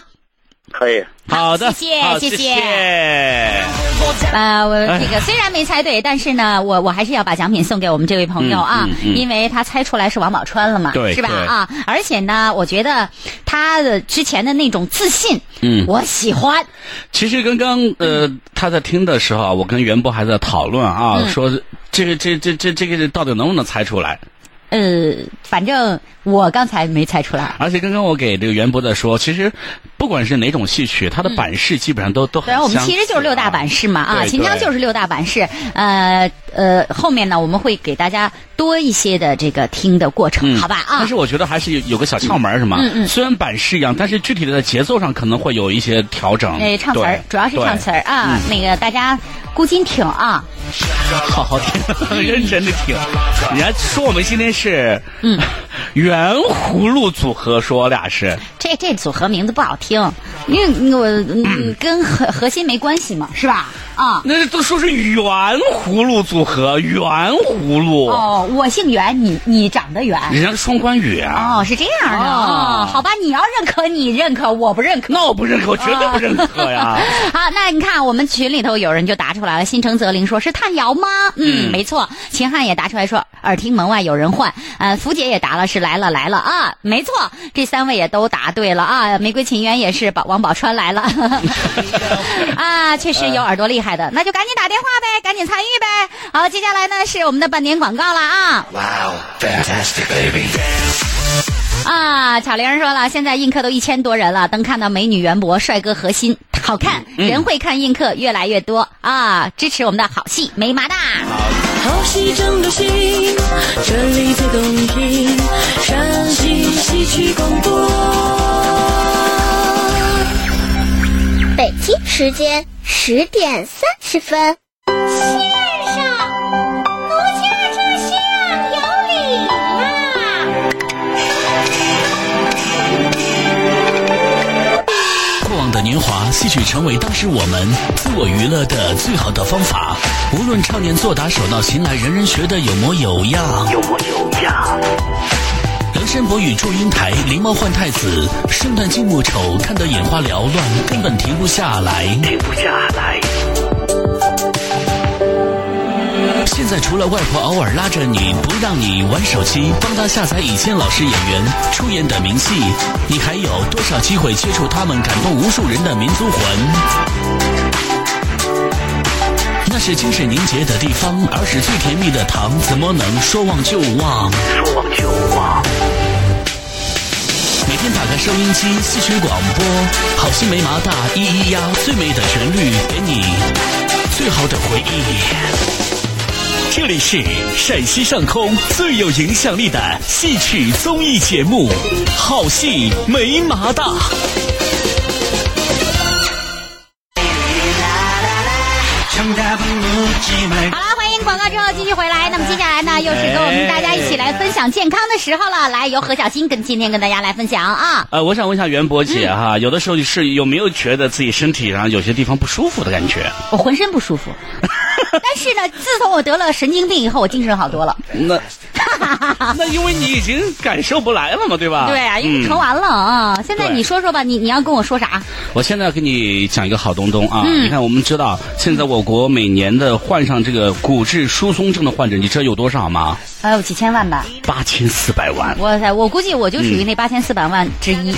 [SPEAKER 6] 可以。
[SPEAKER 4] 好的，
[SPEAKER 3] 谢谢
[SPEAKER 4] 好
[SPEAKER 3] 谢谢
[SPEAKER 4] 谢
[SPEAKER 3] 呃，我
[SPEAKER 4] 哎
[SPEAKER 3] 这个虽然没猜对，但是呢，我我还是要把奖品送给我们这位朋友啊，
[SPEAKER 4] 嗯嗯嗯
[SPEAKER 3] 因为他猜出来是王宝钏了嘛，
[SPEAKER 4] 对
[SPEAKER 3] 是吧？
[SPEAKER 4] 对
[SPEAKER 3] 啊，而且呢，我觉得他的之前的那种自信，
[SPEAKER 4] 嗯
[SPEAKER 3] 我喜欢。
[SPEAKER 4] 其实刚刚呃，他在听的时候啊，我跟袁博还在讨论啊，
[SPEAKER 3] 嗯
[SPEAKER 4] 说这个这这这这个到底能不能猜出来？
[SPEAKER 3] 呃，反正我刚才没猜出来。
[SPEAKER 4] 而且刚刚我给这个袁博在说，其实不管是哪种戏曲，它的版式基本上都都
[SPEAKER 3] 嗯
[SPEAKER 4] 很
[SPEAKER 3] 对，我们
[SPEAKER 4] 相
[SPEAKER 3] 其实就是
[SPEAKER 4] 似
[SPEAKER 3] 六大
[SPEAKER 4] 啊
[SPEAKER 3] 版式嘛啊，
[SPEAKER 4] 对
[SPEAKER 3] 秦腔
[SPEAKER 4] 对
[SPEAKER 3] 就是六大版式。呃呃，后面呢我们会给大家多一些的这个听的过程，好吧啊
[SPEAKER 4] 嗯但是。我觉得还是有有个小窍门儿，是吗？
[SPEAKER 3] 嗯嗯
[SPEAKER 4] 虽然版式一样，但是具体的在节奏上可能会有一些调整。
[SPEAKER 3] 呃，唱词儿
[SPEAKER 4] 对
[SPEAKER 3] 主要是唱词
[SPEAKER 4] 对嗯
[SPEAKER 3] 儿啊，那个大家孤金挺啊，
[SPEAKER 4] 好好听，认真的听。人家说我们今天是
[SPEAKER 3] 嗯，
[SPEAKER 4] 圆葫芦组合，说我俩是
[SPEAKER 3] 这这组合名字不好听，因为我嗯跟核核心没关系嘛，是吧？啊、
[SPEAKER 4] 那都说是圆葫芦组合，圆葫芦，
[SPEAKER 3] 哦，我姓袁，你你长得圆，
[SPEAKER 4] 人家是双关语啊。
[SPEAKER 3] 哦，是这样的
[SPEAKER 4] 嗯哦
[SPEAKER 3] 哦，好吧，你要认可你认可，我不认可。
[SPEAKER 4] 那我不认可，我绝对不认可
[SPEAKER 3] [laughs]
[SPEAKER 4] 呀！
[SPEAKER 3] 好，那你看我们群里头有人就答出来了，心诚则灵说是探窑吗？嗯，没错。秦汉也答出来说耳听门外有人唤，呃，福姐也答了是来了来了啊，没错，这三位也都答对了啊。玫瑰情缘也是宝王宝钏来了， [laughs] 啊，确实有耳朵厉害的，那就赶紧打电话呗，赶紧参与呗。好，接下来呢是我们的半年广告了啊。啊，巧玲儿说了，现在映客都一千多人了，等看到美女袁博、帅哥何鑫，太好看，
[SPEAKER 4] 嗯
[SPEAKER 3] 人会看映客越来越多啊！支持我们的好戏没麻大。
[SPEAKER 7] 好戏争的戏，这里最公平，陕西戏曲广播。
[SPEAKER 8] 北京时间十点三十分。先生，奴家这厢有礼啊啦。
[SPEAKER 5] 过往的年华，戏曲成为当时我们自我娱乐的最好的方法。无论常年作答手到擒来，人人学得有模有样。有模有样。梁山伯与祝英台，狸猫换太子，圣诞静穆丑，看得眼花缭乱，根本停不下来。停不下来。现在除了外婆偶尔拉着你不让你玩手机，帮她下载以前老师演员出演的名戏，你还有多少机会接触他们感动无数人的民族魂？那是精神凝结的地方，儿时最甜蜜的糖，怎么能说忘就忘？说忘就忘。每天打开收音机，戏曲广播，好心没麻大，咿咿呀，最美的旋律给你，最好的回忆。
[SPEAKER 1] 这里是陕西上空最有影响力的戏曲综艺节目《好戏没麻大》。
[SPEAKER 2] 정답은 묻지 말고
[SPEAKER 3] 好了，欢迎广告之后继续回来。那么接下来呢，又是跟我们大家一起来分享健康的时候了。来，由何小新跟今天跟大家来分享啊。
[SPEAKER 4] 呃，我想问一下袁博姐哈，有的时候你是有没有觉得自己身体上有些地方不舒服的感觉？
[SPEAKER 3] 我浑身不舒
[SPEAKER 4] [laughs]
[SPEAKER 3] 服，但是呢，自从我得了神经病以后，我精神好多了。
[SPEAKER 4] 那 [laughs] 那因为你已经感受不来了嘛，对吧？
[SPEAKER 3] 对啊，因为
[SPEAKER 4] 嗯
[SPEAKER 3] 成完了啊。现在
[SPEAKER 4] 对
[SPEAKER 3] 你说说吧，你你要跟我说啥？
[SPEAKER 4] 我现在要跟你讲一个好东东啊！
[SPEAKER 3] 嗯
[SPEAKER 4] 你看，我们知道现在我国每年的患上这个骨质疏松症的患者，你知道有多少吗？
[SPEAKER 3] 哎呦，几千万吧！
[SPEAKER 4] 八千四百万。
[SPEAKER 3] 哇塞，我估计我就属
[SPEAKER 4] 嗯
[SPEAKER 3] 于那八千四百万之一。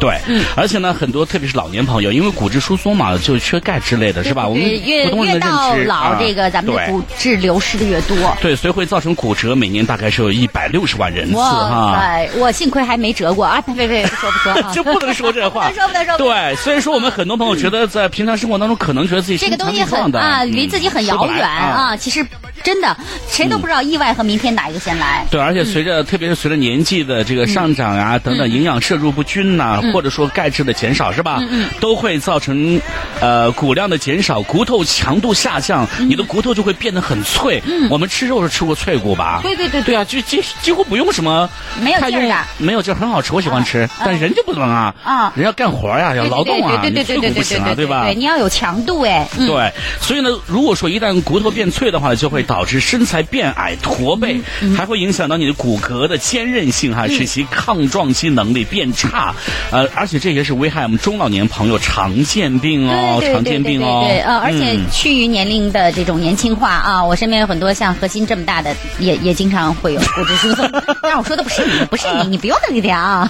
[SPEAKER 4] 对，
[SPEAKER 3] 嗯
[SPEAKER 4] 而且呢，很多特别是老年朋友，因为骨质疏松嘛，就缺钙之类的，
[SPEAKER 3] [laughs]
[SPEAKER 4] 是吧？我们
[SPEAKER 3] 对越
[SPEAKER 4] 普通人
[SPEAKER 3] 越
[SPEAKER 4] 的认
[SPEAKER 3] 到
[SPEAKER 4] 知
[SPEAKER 3] 老
[SPEAKER 4] 啊，
[SPEAKER 3] 这个咱们的
[SPEAKER 4] 对
[SPEAKER 3] 骨质流失的越多。
[SPEAKER 4] 对，所以会造成骨折，每年大概是有一百六十万人次
[SPEAKER 3] 哇
[SPEAKER 4] 哈。！
[SPEAKER 3] 塞，我幸亏还没折过啊！呸呸呸，不说不说啊
[SPEAKER 4] 就不能说 [laughs] 这话，
[SPEAKER 3] [laughs] 不能说不能说不能
[SPEAKER 4] 对，所以说我们很多朋友觉得在平常生活当中，可能觉得自己
[SPEAKER 3] 这个东西
[SPEAKER 4] 身体强
[SPEAKER 3] 很
[SPEAKER 4] 壮的
[SPEAKER 3] 啊，
[SPEAKER 4] 嗯
[SPEAKER 3] 离自己很
[SPEAKER 4] 说
[SPEAKER 3] 遥
[SPEAKER 4] 不来
[SPEAKER 3] 远
[SPEAKER 4] 啊嗯
[SPEAKER 3] 啊。其实真的，谁都不知道意外和明天哪一个先来。
[SPEAKER 4] 对，而且
[SPEAKER 3] 嗯
[SPEAKER 4] 随着、特别是随着年纪的这个上涨啊，等等，营养摄入不均呐、
[SPEAKER 3] 嗯
[SPEAKER 4] 或者说钙质的减少，是吧？都会造成呃骨量的减少，骨头强度下降，
[SPEAKER 3] 嗯
[SPEAKER 4] 你的骨头就会变得很脆。我们吃肉是吃过脆骨吧？
[SPEAKER 3] 对对对对
[SPEAKER 4] 对啊，就几几乎不用什么
[SPEAKER 3] 没有
[SPEAKER 4] 太
[SPEAKER 3] 劲儿
[SPEAKER 4] 用
[SPEAKER 3] 的
[SPEAKER 4] 没有劲儿，很好吃，我喜欢吃，但人就不能啊，
[SPEAKER 3] 啊
[SPEAKER 4] 人要干活呀、要
[SPEAKER 3] 对
[SPEAKER 4] 劳动啊，
[SPEAKER 3] 对对对对
[SPEAKER 4] 你脆
[SPEAKER 3] 对对
[SPEAKER 4] 骨不行啊，
[SPEAKER 3] 对
[SPEAKER 4] 吧？
[SPEAKER 3] 对，你要有强度哎。嗯
[SPEAKER 4] 对，所以呢，如果说一旦骨头变脆的话呢，就会导致身材变矮、驼背，
[SPEAKER 3] 嗯
[SPEAKER 4] 还会影响到你的骨骼的坚韧性哈，使其抗撞击能力变差。呃，而且这也是危害我们中老年朋友常见病哦，
[SPEAKER 3] 对对
[SPEAKER 4] 常
[SPEAKER 3] 对
[SPEAKER 4] 见
[SPEAKER 3] 对
[SPEAKER 4] 病
[SPEAKER 3] 对
[SPEAKER 4] 哦。
[SPEAKER 3] 对，呃，而且
[SPEAKER 4] 嗯
[SPEAKER 3] 趋于年龄的这种年轻化啊，我身边有很多像何鑫这么大的，也也经常会有骨质疏松。 [laughs] 但是我说的不是你，不是你，你不用那个点啊。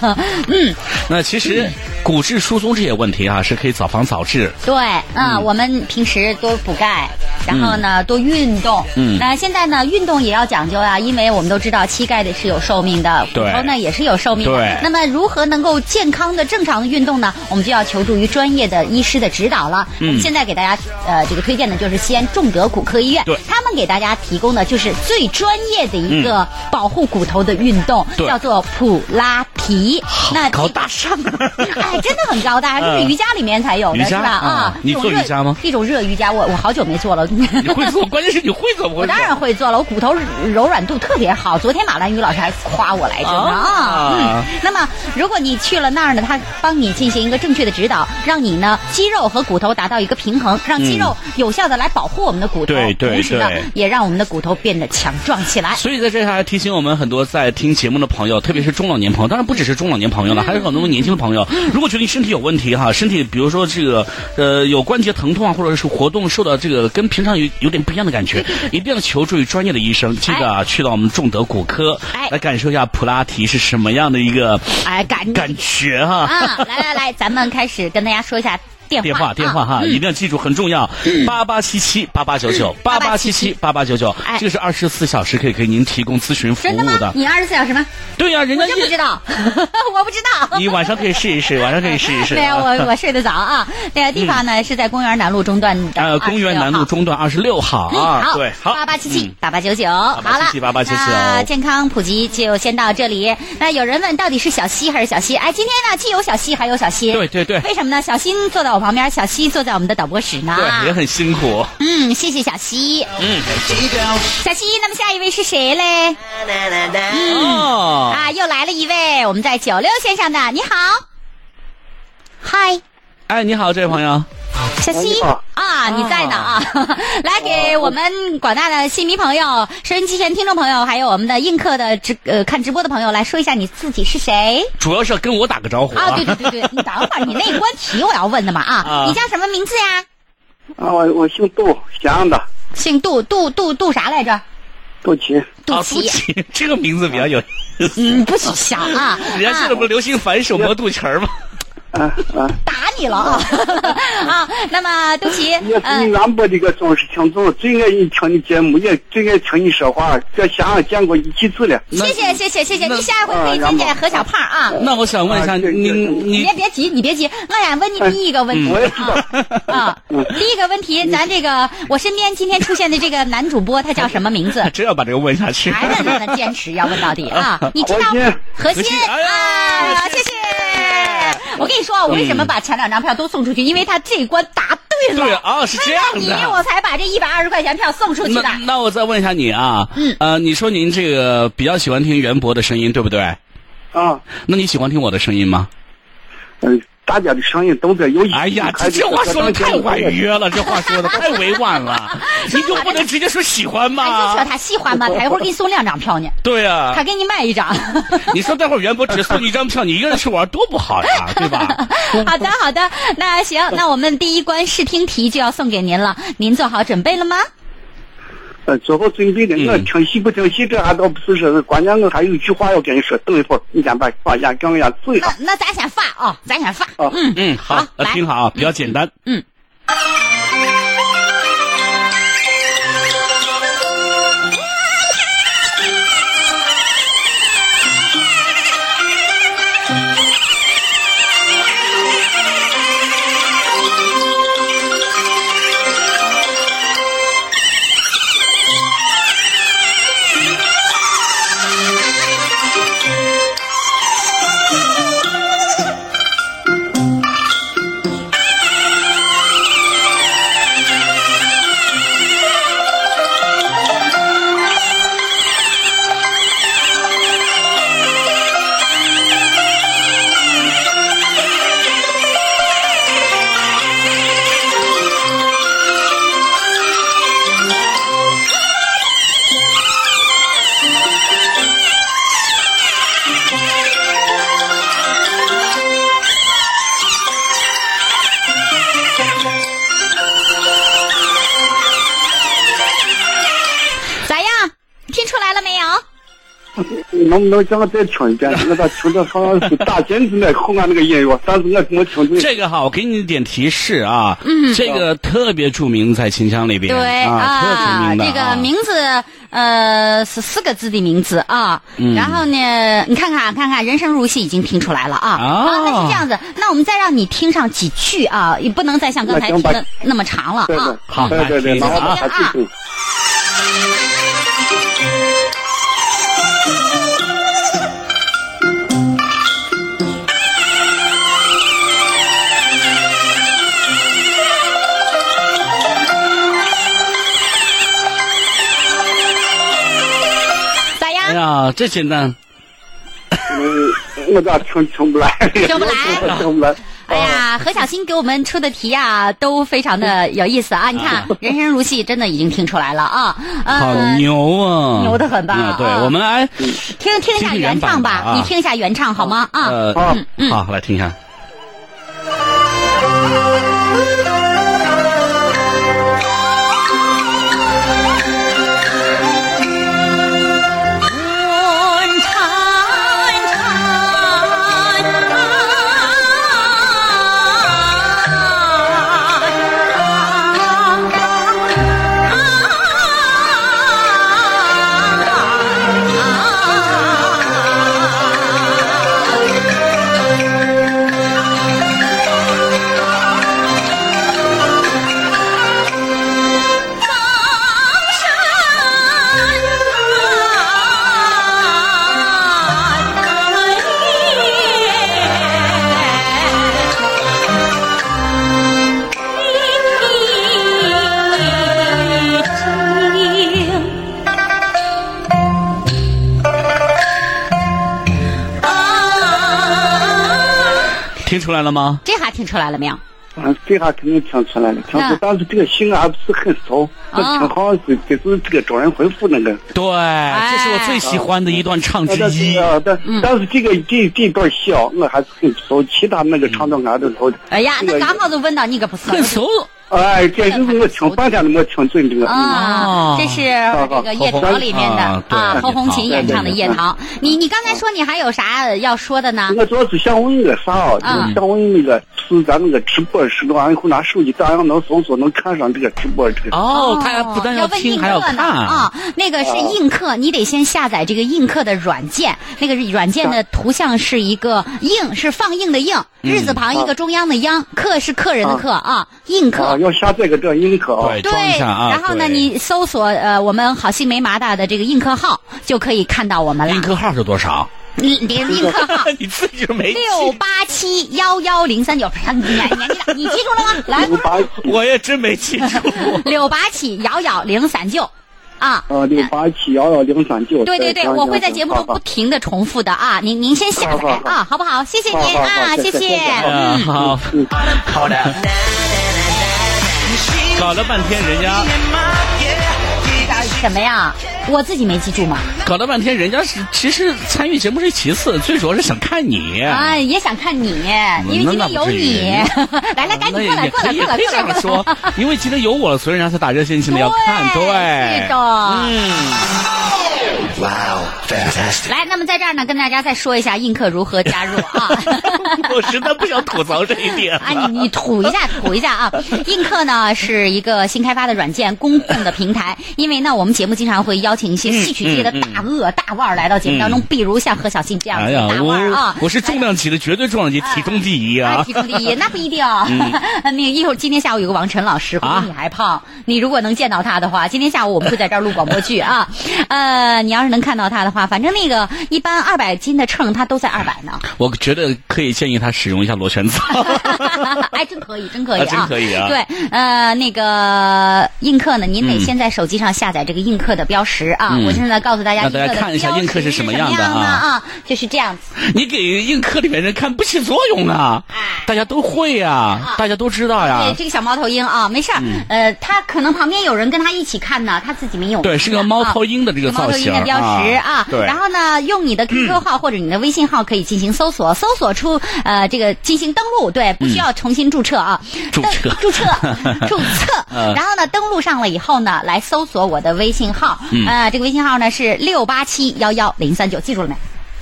[SPEAKER 3] 嗯，
[SPEAKER 4] 那其实骨质疏松这些问题啊，是可以早防早治。
[SPEAKER 3] 对，嗯，我们平时多补钙，然后呢多运动。
[SPEAKER 4] 嗯
[SPEAKER 3] 那现在呢运动也要讲究啊，因为我们都知道膝盖的是有寿命的，骨
[SPEAKER 4] 对
[SPEAKER 3] 头呢也是有寿命的
[SPEAKER 4] 对。
[SPEAKER 3] 那么如何能够健康的、正常的运动呢？我们就要求助于专业的医师的指导了。
[SPEAKER 4] 嗯
[SPEAKER 3] 我们现在给大家呃这个推荐的就是西安众德骨科医院
[SPEAKER 4] 对，
[SPEAKER 3] 他们给大家提供的就是最专业的一个保护骨头的运动，
[SPEAKER 4] 嗯对
[SPEAKER 3] 叫做普拉提。那
[SPEAKER 4] 高大上啊！
[SPEAKER 3] [laughs] 哎，真的很高大，这是
[SPEAKER 4] 嗯
[SPEAKER 3] 瑜伽里面才有的，
[SPEAKER 4] 瑜
[SPEAKER 3] 是
[SPEAKER 4] 伽
[SPEAKER 3] 吧？啊
[SPEAKER 4] 啊，你
[SPEAKER 3] 一种
[SPEAKER 4] 做瑜
[SPEAKER 3] 热
[SPEAKER 4] 伽吗
[SPEAKER 3] 一种热瑜伽，我我好久没做了。 [laughs]
[SPEAKER 4] 你会做，关键是你会做不
[SPEAKER 3] 我
[SPEAKER 4] 会做？
[SPEAKER 3] 当然会做了，我骨头柔软度特别好。昨天马兰宇老师还夸我来着呢啊、
[SPEAKER 4] 啊
[SPEAKER 3] 嗯那么，如果你去了那儿呢，他帮你进行一个正确的指导，让你呢肌肉和骨头达到一个平衡，让肌肉有效的来保护我们的骨头，
[SPEAKER 4] 嗯对对
[SPEAKER 3] 同时呢
[SPEAKER 4] 对
[SPEAKER 3] 也让我们的骨头变得强壮起来。
[SPEAKER 4] [laughs] 所以在这还提醒我们很多在听节目的朋友，特别是中老年朋友，当然不只是中老年朋友
[SPEAKER 3] 嗯
[SPEAKER 4] 了，还有很多年轻的
[SPEAKER 3] [laughs]
[SPEAKER 4] 朋友。如果觉得你身体有问题哈，身体比如说这个呃有关节疼痛啊，或者是活动受到这个跟平常有有点不一样的感觉，一定要求助于专业的医生，记得啊去到我们众德骨科
[SPEAKER 3] 哎
[SPEAKER 4] 来感受一下普拉提是什么样的一个
[SPEAKER 3] 哎，感
[SPEAKER 4] 感觉哈。
[SPEAKER 3] 啊啊，来来来，咱们开始跟大家说一下电
[SPEAKER 4] 电
[SPEAKER 3] 话
[SPEAKER 4] 话电话
[SPEAKER 3] 啊
[SPEAKER 4] 哈，
[SPEAKER 3] 嗯
[SPEAKER 4] 一定要记住，很重要。八八七七八八九九，八八七七八八九九
[SPEAKER 3] 哎，
[SPEAKER 4] 这个是二十四小时可以给您提供咨询服
[SPEAKER 3] 真的
[SPEAKER 4] 务
[SPEAKER 3] 吗
[SPEAKER 4] 的？。
[SPEAKER 3] 你二十四小时吗？
[SPEAKER 4] 对呀，人
[SPEAKER 3] 我
[SPEAKER 4] 家
[SPEAKER 3] 真不知
[SPEAKER 4] 一 [laughs]
[SPEAKER 3] 道，我不知 [laughs] 道。
[SPEAKER 4] 你晚上可以试一试，晚上可以 [laughs]
[SPEAKER 3] [laughs]
[SPEAKER 4] 试一试。嗯
[SPEAKER 3] 对啊，我我睡得早啊。那个地方呢是在公园南路中段的
[SPEAKER 4] 呃，公园南路
[SPEAKER 3] 26号
[SPEAKER 4] 中段二十六号
[SPEAKER 3] 嗯，
[SPEAKER 4] 啊，对，好，
[SPEAKER 3] 八八七七
[SPEAKER 4] 嗯
[SPEAKER 3] 八八九九，好了，
[SPEAKER 4] 8877 8899
[SPEAKER 3] 那健康普及就先到这里。那有人问到底是小西还是小西？哎，今天呢既有小西还有小西，
[SPEAKER 4] 对对对
[SPEAKER 3] 为什么呢？小新坐在我旁边，小西坐在我们的导播室呢。
[SPEAKER 4] 嗯对，也很辛苦。
[SPEAKER 3] 嗯，谢谢小西。嗯，小西，那么下一位是谁嘞？嗯
[SPEAKER 4] 哦，
[SPEAKER 3] 啊，又来了一位，我们在九六先生的，你好，嗨。
[SPEAKER 4] 哎，你好，这位朋友，
[SPEAKER 3] 小西
[SPEAKER 6] 你好
[SPEAKER 3] 啊，你在呢啊！ [laughs] 来给我们广大的戏迷朋友、收音机前听众朋友，还有我们的映客的直呃看直播的朋友，来说一下你自己是谁
[SPEAKER 4] 主要是跟我打个招呼
[SPEAKER 3] 啊？对对对对，你等会儿，你那关题我要问的嘛啊
[SPEAKER 4] 啊！
[SPEAKER 3] 你叫什么名字呀？
[SPEAKER 6] 啊，我我姓杜，咸阳的
[SPEAKER 3] 姓杜，杜杜杜啥来
[SPEAKER 6] 啊
[SPEAKER 3] 着？
[SPEAKER 6] 杜琪。
[SPEAKER 3] 杜
[SPEAKER 4] 啊，
[SPEAKER 3] 琪
[SPEAKER 4] 肚，脐， [laughs] 这个名字
[SPEAKER 3] 啊
[SPEAKER 4] 比较有，
[SPEAKER 3] 嗯，不许笑
[SPEAKER 6] [laughs]
[SPEAKER 3] 啊！
[SPEAKER 4] 人家现
[SPEAKER 3] 啊
[SPEAKER 4] 在不是流行反手摸肚脐儿吗？
[SPEAKER 6] 啊啊，
[SPEAKER 3] 打你
[SPEAKER 6] [laughs]
[SPEAKER 3] 了啊！啊，那么杜琪，
[SPEAKER 6] 呃也是你
[SPEAKER 3] 嗯，
[SPEAKER 6] 南博的一个忠实听众，最爱你听你节目，也最爱听你说话，在咸阳见过一几次了。
[SPEAKER 3] 谢谢谢谢谢谢，
[SPEAKER 4] 那
[SPEAKER 3] 你下回可以
[SPEAKER 6] 啊
[SPEAKER 3] 见
[SPEAKER 6] 然
[SPEAKER 3] 见
[SPEAKER 6] 后
[SPEAKER 3] 何小胖啊！
[SPEAKER 4] 那我想问一下，
[SPEAKER 6] 啊对
[SPEAKER 4] 你
[SPEAKER 6] 对
[SPEAKER 3] 你
[SPEAKER 4] 你嗯
[SPEAKER 3] 别别急，你别急，我呀问你第一个问题
[SPEAKER 6] 我也知道
[SPEAKER 3] 啊啊，第一个问题，咱这个我身边今天出现的这个男主播，他叫什么名字
[SPEAKER 4] 还？真要把这个问下去？
[SPEAKER 3] 还是让他坚持要问到底
[SPEAKER 4] [laughs]
[SPEAKER 3] 啊！你知道
[SPEAKER 6] 何鑫
[SPEAKER 3] 何
[SPEAKER 4] 何
[SPEAKER 3] 鑫
[SPEAKER 4] 鑫哎呀
[SPEAKER 3] 啊，谢谢。我跟你说啊，我为什么把前两张票都送出去？因为他这一关答对了。
[SPEAKER 4] 嗯对啊是这样的
[SPEAKER 3] 为了你我才把这一百二十块钱票送出去的
[SPEAKER 4] 那。那我再问一下你啊，
[SPEAKER 3] 嗯
[SPEAKER 4] 呃，你说您这个比较喜欢听袁博的声音，对不对？
[SPEAKER 6] 啊，
[SPEAKER 4] 那你喜欢听我的声音吗？
[SPEAKER 6] 嗯、大家的声音都在有一
[SPEAKER 4] [laughs]
[SPEAKER 6] 起
[SPEAKER 4] 哎呀，这
[SPEAKER 6] 开
[SPEAKER 4] 这话说的
[SPEAKER 6] 这
[SPEAKER 4] 太婉约了，这话说的太委婉了，
[SPEAKER 3] [laughs]
[SPEAKER 4] 你就不能直接说喜欢
[SPEAKER 3] 哎，就说
[SPEAKER 4] 吗？
[SPEAKER 3] 他喜欢吧，他一会儿给你送两张票呢，
[SPEAKER 4] 对嗯啊
[SPEAKER 3] 他，给你买一
[SPEAKER 4] [laughs]
[SPEAKER 3] 张。
[SPEAKER 4] 你说待会儿袁博只送你一张票，你一个人去玩多不好呀，对吧？
[SPEAKER 3] [laughs] 好的，好的，那行，
[SPEAKER 4] 嗯
[SPEAKER 3] 那我们第一关试听题就要送给您了，您做好准备了吗？
[SPEAKER 6] 呃，做好准备的，我
[SPEAKER 4] 嗯
[SPEAKER 6] 听戏不听戏，这还倒不是说，关键我还有一句话要跟你说，等一会儿你先把把眼镜眼治一
[SPEAKER 3] 那
[SPEAKER 6] 下。
[SPEAKER 3] 那咱先发啊、咱先发。
[SPEAKER 6] 哦
[SPEAKER 3] 嗯，
[SPEAKER 4] 嗯，好
[SPEAKER 3] 好，
[SPEAKER 4] 呃
[SPEAKER 3] 来
[SPEAKER 4] 听好啊，比较简单。
[SPEAKER 3] 咋样？听出来了没有？
[SPEAKER 6] 你能不能叫我再听一遍？我咋听着好像是打金子那口啊那个音乐，但是我没听
[SPEAKER 3] 嗯
[SPEAKER 6] 懂。
[SPEAKER 4] 这个哈，我给你一点提示啊，嗯，这个特别著名，在秦腔里边，啊，特别著名的
[SPEAKER 3] 这个
[SPEAKER 4] 啊
[SPEAKER 3] 名字呃是四个字的名字啊。
[SPEAKER 4] 嗯
[SPEAKER 3] 然后呢，你看看看看，人生如戏已经听出来了啊。
[SPEAKER 4] 哦
[SPEAKER 3] 啊，那是这样子，那我们再让你听上几句啊，也不能再像刚才
[SPEAKER 6] 那
[SPEAKER 3] 听
[SPEAKER 6] 行吧
[SPEAKER 3] 的那么长了
[SPEAKER 6] 对
[SPEAKER 3] 啊
[SPEAKER 6] 对。，
[SPEAKER 4] 好
[SPEAKER 6] 对对对，
[SPEAKER 4] 来
[SPEAKER 6] 然后把
[SPEAKER 3] 听
[SPEAKER 6] 它
[SPEAKER 3] 啊
[SPEAKER 6] 记住。
[SPEAKER 3] 咋
[SPEAKER 4] 哎
[SPEAKER 3] 样？
[SPEAKER 4] 呀，这简单，
[SPEAKER 6] 嗯，我咋听
[SPEAKER 3] [laughs]
[SPEAKER 6] 听不来？
[SPEAKER 3] 听不来
[SPEAKER 6] 听不来。 [laughs]
[SPEAKER 3] 哎呀，何小新给我们出的题啊，都非常的有意思啊！你看，人生如戏，真的已经听出来了啊。
[SPEAKER 4] 好
[SPEAKER 3] 呃，
[SPEAKER 4] 牛啊，
[SPEAKER 3] 牛得很吧
[SPEAKER 4] 嗯对
[SPEAKER 3] 啊
[SPEAKER 4] 我们来，
[SPEAKER 3] 听听一下原唱吧，你听一下原唱好吗？啊，
[SPEAKER 4] 呃
[SPEAKER 6] 啊，
[SPEAKER 4] 好，来听一下。
[SPEAKER 3] 春缠缠。
[SPEAKER 4] 听出来了吗？
[SPEAKER 3] 这下听出来了没有？
[SPEAKER 6] 啊，这下肯定听出来了，听
[SPEAKER 3] 那
[SPEAKER 6] 出，但是这个信还不是很少，那挺好，这这是这个找人回复那
[SPEAKER 3] 哦
[SPEAKER 6] 个。
[SPEAKER 4] 对，这是
[SPEAKER 3] 哎
[SPEAKER 4] 我最喜欢的一段唱之
[SPEAKER 6] 但
[SPEAKER 4] 一
[SPEAKER 6] 是。啊，但
[SPEAKER 3] 嗯
[SPEAKER 6] 但是这个这这段戏啊，我还是很熟，其他那个唱段俺都熟。
[SPEAKER 3] 哎呀，
[SPEAKER 6] 这
[SPEAKER 3] 那
[SPEAKER 6] 个
[SPEAKER 3] 刚好就问到你个不是
[SPEAKER 4] 很熟，
[SPEAKER 6] 哎，这就是我听半天都没听准这个。
[SPEAKER 3] 啊
[SPEAKER 4] 哦，
[SPEAKER 3] 这是这个夜
[SPEAKER 4] 侯
[SPEAKER 3] 堂
[SPEAKER 4] 红
[SPEAKER 3] 里面的
[SPEAKER 4] 啊对
[SPEAKER 3] 啊，侯红琴
[SPEAKER 4] 夜
[SPEAKER 3] 演唱的
[SPEAKER 6] 对对
[SPEAKER 3] 夜堂。你你刚才说你还有啥要说的呢？
[SPEAKER 6] 我主要是想问个啥啊，就是想问那个是咱那个直播是完以后拿哎手机咋样能搜索能看上这个直播这个？
[SPEAKER 4] 哦，他不但
[SPEAKER 3] 要
[SPEAKER 4] 要
[SPEAKER 3] 问
[SPEAKER 4] 听，
[SPEAKER 3] 映
[SPEAKER 4] 还要
[SPEAKER 3] 客呢
[SPEAKER 4] 看
[SPEAKER 3] 啊！那个是映客，你得先下载这个映客的软件。那个软件的图像是一个映，是放映的映，日字旁一个中央的央，客是客人的客啊，映
[SPEAKER 6] 啊，
[SPEAKER 3] 客。
[SPEAKER 6] 要下载个这音可啊。
[SPEAKER 4] 对，
[SPEAKER 3] 对，
[SPEAKER 4] 装一下啊。
[SPEAKER 3] 然后呢，
[SPEAKER 4] 对
[SPEAKER 3] 你搜索呃我们好戏没麻大的这个映客号，就可以看到我们了
[SPEAKER 4] 映。客号是多少？
[SPEAKER 3] 你你的映客号
[SPEAKER 4] [laughs] 你自己就没记
[SPEAKER 3] 六八七幺幺零三九，哎你你你你记住了吗？来，
[SPEAKER 6] 五八
[SPEAKER 4] 我也真没记住。
[SPEAKER 3] 六八七幺幺零三九，啊。
[SPEAKER 6] 啊六八七幺幺零三九。
[SPEAKER 3] 对对对，我会在节目中不停的重复的啊，您您先下载
[SPEAKER 6] 好好好
[SPEAKER 3] 啊，好不好？谢谢
[SPEAKER 6] 好
[SPEAKER 3] 您
[SPEAKER 6] 好好
[SPEAKER 3] 啊，
[SPEAKER 6] 谢
[SPEAKER 3] 谢
[SPEAKER 6] 谢
[SPEAKER 3] 谢
[SPEAKER 6] 谢。谢
[SPEAKER 4] 啊，好，
[SPEAKER 6] 嗯
[SPEAKER 4] 好的。搞了半天，人家
[SPEAKER 3] 哎什么呀？我自己没记住嘛，
[SPEAKER 4] 搞了半天，人家是其实参与节目是其次，最主要是想看你。
[SPEAKER 3] 啊，也想看你，因为今天有你
[SPEAKER 4] 嗯
[SPEAKER 3] [laughs]
[SPEAKER 4] 那，
[SPEAKER 3] 来来，赶
[SPEAKER 4] 那
[SPEAKER 3] 紧
[SPEAKER 4] 也
[SPEAKER 3] 过来
[SPEAKER 4] 也
[SPEAKER 3] 过来
[SPEAKER 4] 可以
[SPEAKER 3] 过来
[SPEAKER 4] 可以
[SPEAKER 3] 过
[SPEAKER 4] 这
[SPEAKER 3] 来
[SPEAKER 4] 样
[SPEAKER 3] 过
[SPEAKER 4] 说
[SPEAKER 3] 来。，
[SPEAKER 4] 因为今天有我了，所以人家才打热线，现在要看，
[SPEAKER 3] 对
[SPEAKER 4] 对，
[SPEAKER 3] 是的嗯
[SPEAKER 4] 嗯。
[SPEAKER 3] 来，那么在这儿呢，跟大家再说一下映客如何加入
[SPEAKER 4] [laughs]
[SPEAKER 3] 啊。
[SPEAKER 4] 我实在不想吐槽这一点了。
[SPEAKER 3] 啊，你你吐一下，吐一下啊！映客呢是一个新开发的软件，公共的平台。因为呢，我们节目经常会邀请一些戏曲界的
[SPEAKER 4] 嗯
[SPEAKER 3] 大鳄、大腕儿来到节目当中，比如像何小新这样
[SPEAKER 4] 哎
[SPEAKER 3] 的
[SPEAKER 4] 呀，
[SPEAKER 3] 大腕儿
[SPEAKER 4] 我
[SPEAKER 3] 啊。哎
[SPEAKER 4] 我是重量级的，绝对重量级，体重第一啊嗯
[SPEAKER 3] 体！重第一，那不一定。啊 [laughs] 那个一会儿今天下午有个王晨老师，会
[SPEAKER 4] 啊
[SPEAKER 3] 比你还胖。你如果能见到他的话，今天下午我们会在这儿录广播剧啊。呃，你要是能看到他的话，反正那个一般二百斤的秤，他都在二百呢。 [laughs]
[SPEAKER 4] 我觉得可以建议他使用一下螺旋藻。
[SPEAKER 3] 哎，真可以，真可以啊，
[SPEAKER 4] 啊真可以啊
[SPEAKER 3] 对，呃，那个映客呢，您得
[SPEAKER 4] 嗯
[SPEAKER 3] 先在手机上下载这个映客的标识啊。
[SPEAKER 4] 嗯
[SPEAKER 3] 我现在告诉大家，
[SPEAKER 4] 让大家
[SPEAKER 3] 映客的
[SPEAKER 4] 看一下
[SPEAKER 3] 标识
[SPEAKER 4] 映客是
[SPEAKER 3] 是
[SPEAKER 4] 什么
[SPEAKER 3] 样
[SPEAKER 4] 样的啊
[SPEAKER 3] 啊，就是这样子。
[SPEAKER 4] 你给映客里面人看不起作用啊！
[SPEAKER 3] 哎
[SPEAKER 4] 大家都会呀、
[SPEAKER 3] 啊
[SPEAKER 4] 大家都知道呀、
[SPEAKER 3] 对，这个小猫头鹰啊，没事儿，
[SPEAKER 4] 嗯
[SPEAKER 3] 呃，他可能旁边有人跟他一起看呢，他自己没有。
[SPEAKER 4] 对是个猫头鹰的这个
[SPEAKER 3] 啊猫
[SPEAKER 4] 造型
[SPEAKER 3] 头鹰的标识
[SPEAKER 4] 啊
[SPEAKER 3] 啊。
[SPEAKER 4] 对
[SPEAKER 3] 然后呢，用你的 QQ 号或者你的微信号可以进行搜
[SPEAKER 4] 嗯
[SPEAKER 3] 索，搜索出呃这个进行登录，对，不需要重新注册啊。
[SPEAKER 4] 嗯注
[SPEAKER 3] 登
[SPEAKER 4] 册
[SPEAKER 3] 注
[SPEAKER 4] [laughs]
[SPEAKER 3] 册注册，
[SPEAKER 4] 嗯
[SPEAKER 3] 然后呢，登录上了以后呢，来搜索我的微信号，
[SPEAKER 4] 嗯
[SPEAKER 3] 呃，这个微信号呢是六八七幺幺零三九，记住了没？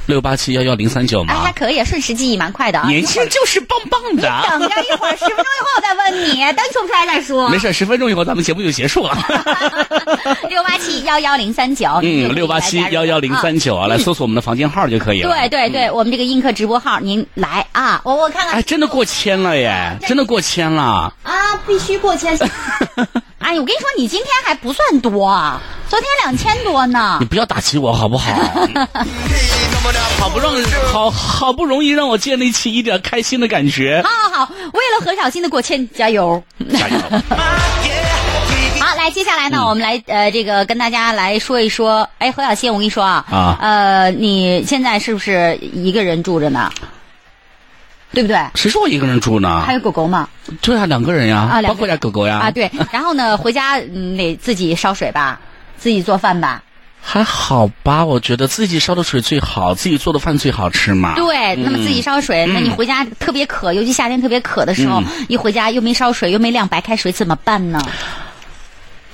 [SPEAKER 4] 六八七幺幺零三九
[SPEAKER 3] 哎，还
[SPEAKER 4] 嘛，
[SPEAKER 3] 可以，瞬时记忆蛮快的啊。
[SPEAKER 4] 啊年轻就是棒棒
[SPEAKER 3] 等
[SPEAKER 4] 的。
[SPEAKER 3] 着一会儿，十分钟以后再问你，等你说不出来再说。
[SPEAKER 4] 没事，十分钟以后咱们节目就结束
[SPEAKER 3] [laughs]
[SPEAKER 4] 了。
[SPEAKER 3] 六八七幺幺零三九，你就
[SPEAKER 4] 嗯，
[SPEAKER 3] 可以
[SPEAKER 4] 六八七
[SPEAKER 3] 来加
[SPEAKER 4] 幺
[SPEAKER 3] 入
[SPEAKER 4] 幺零
[SPEAKER 3] 啊
[SPEAKER 4] 三九啊，来搜索我们的房间号就可以了。
[SPEAKER 3] 对对对，我们这个映客直播号，您来啊，我我看看
[SPEAKER 4] 哎，真的过千了耶，真的过千了。
[SPEAKER 3] 啊，必须过
[SPEAKER 4] [laughs]
[SPEAKER 3] 千。哎，我跟你说，你今天还不算多，啊，昨天两千多呢
[SPEAKER 4] 你。不要打击我好不好？ [laughs] 好不容易，好好不容易让我建立起一点开心的感觉。
[SPEAKER 3] 好好好，为了何小新的过千，加油！
[SPEAKER 4] 加油！
[SPEAKER 3] [laughs]
[SPEAKER 4] 嗯
[SPEAKER 3] 好，来，接下来呢，我们来呃，这个跟大家来说一说，哎，何小新，我跟你说啊，
[SPEAKER 4] 啊
[SPEAKER 3] 呃，你现在是不是一个人住着呢？对不对？
[SPEAKER 4] 谁说我一个人住呢
[SPEAKER 3] 还？有狗狗吗？
[SPEAKER 4] 对啊，两个人呀，
[SPEAKER 3] 啊两个人
[SPEAKER 4] 包括俩狗狗呀。
[SPEAKER 3] 啊，对。然后
[SPEAKER 4] [laughs]
[SPEAKER 3] 呢，回家嗯得自己烧水吧，自己做饭吧。
[SPEAKER 4] 还好吧，我觉得自己烧的水最好，自己做的饭最好吃嘛。
[SPEAKER 3] 对，那么自己烧水，
[SPEAKER 4] 嗯
[SPEAKER 3] 那你回家特别渴，尤其夏天特别渴的时候，一回家又没烧水，又没晾白开水，怎么办
[SPEAKER 4] [laughs]
[SPEAKER 3] 呢？
[SPEAKER 4] 嗯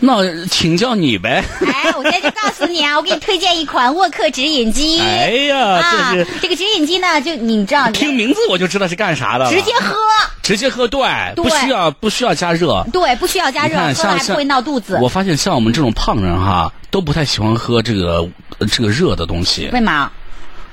[SPEAKER 4] 那请教你呗。
[SPEAKER 3] 哎，我现在就告诉你啊，我给你推荐一款沃克直饮机。
[SPEAKER 4] 哎呀，
[SPEAKER 3] 啊
[SPEAKER 4] 这是，
[SPEAKER 3] 这个直饮机呢，就你知道，
[SPEAKER 4] 听
[SPEAKER 3] 直
[SPEAKER 4] 名字我就知道是干啥的了。
[SPEAKER 3] 接喝，
[SPEAKER 4] 直接喝，对，
[SPEAKER 3] 对
[SPEAKER 4] 不需要不需要加热。
[SPEAKER 3] 对，不需要加
[SPEAKER 4] 你
[SPEAKER 3] 热，
[SPEAKER 4] 看，
[SPEAKER 3] 喝了
[SPEAKER 4] 像
[SPEAKER 3] 还不
[SPEAKER 4] 像
[SPEAKER 3] 会闹肚子。
[SPEAKER 4] 我发现像我们这种胖人哈，都不太喜欢喝这个呃这个热的东西，
[SPEAKER 3] 为嘛？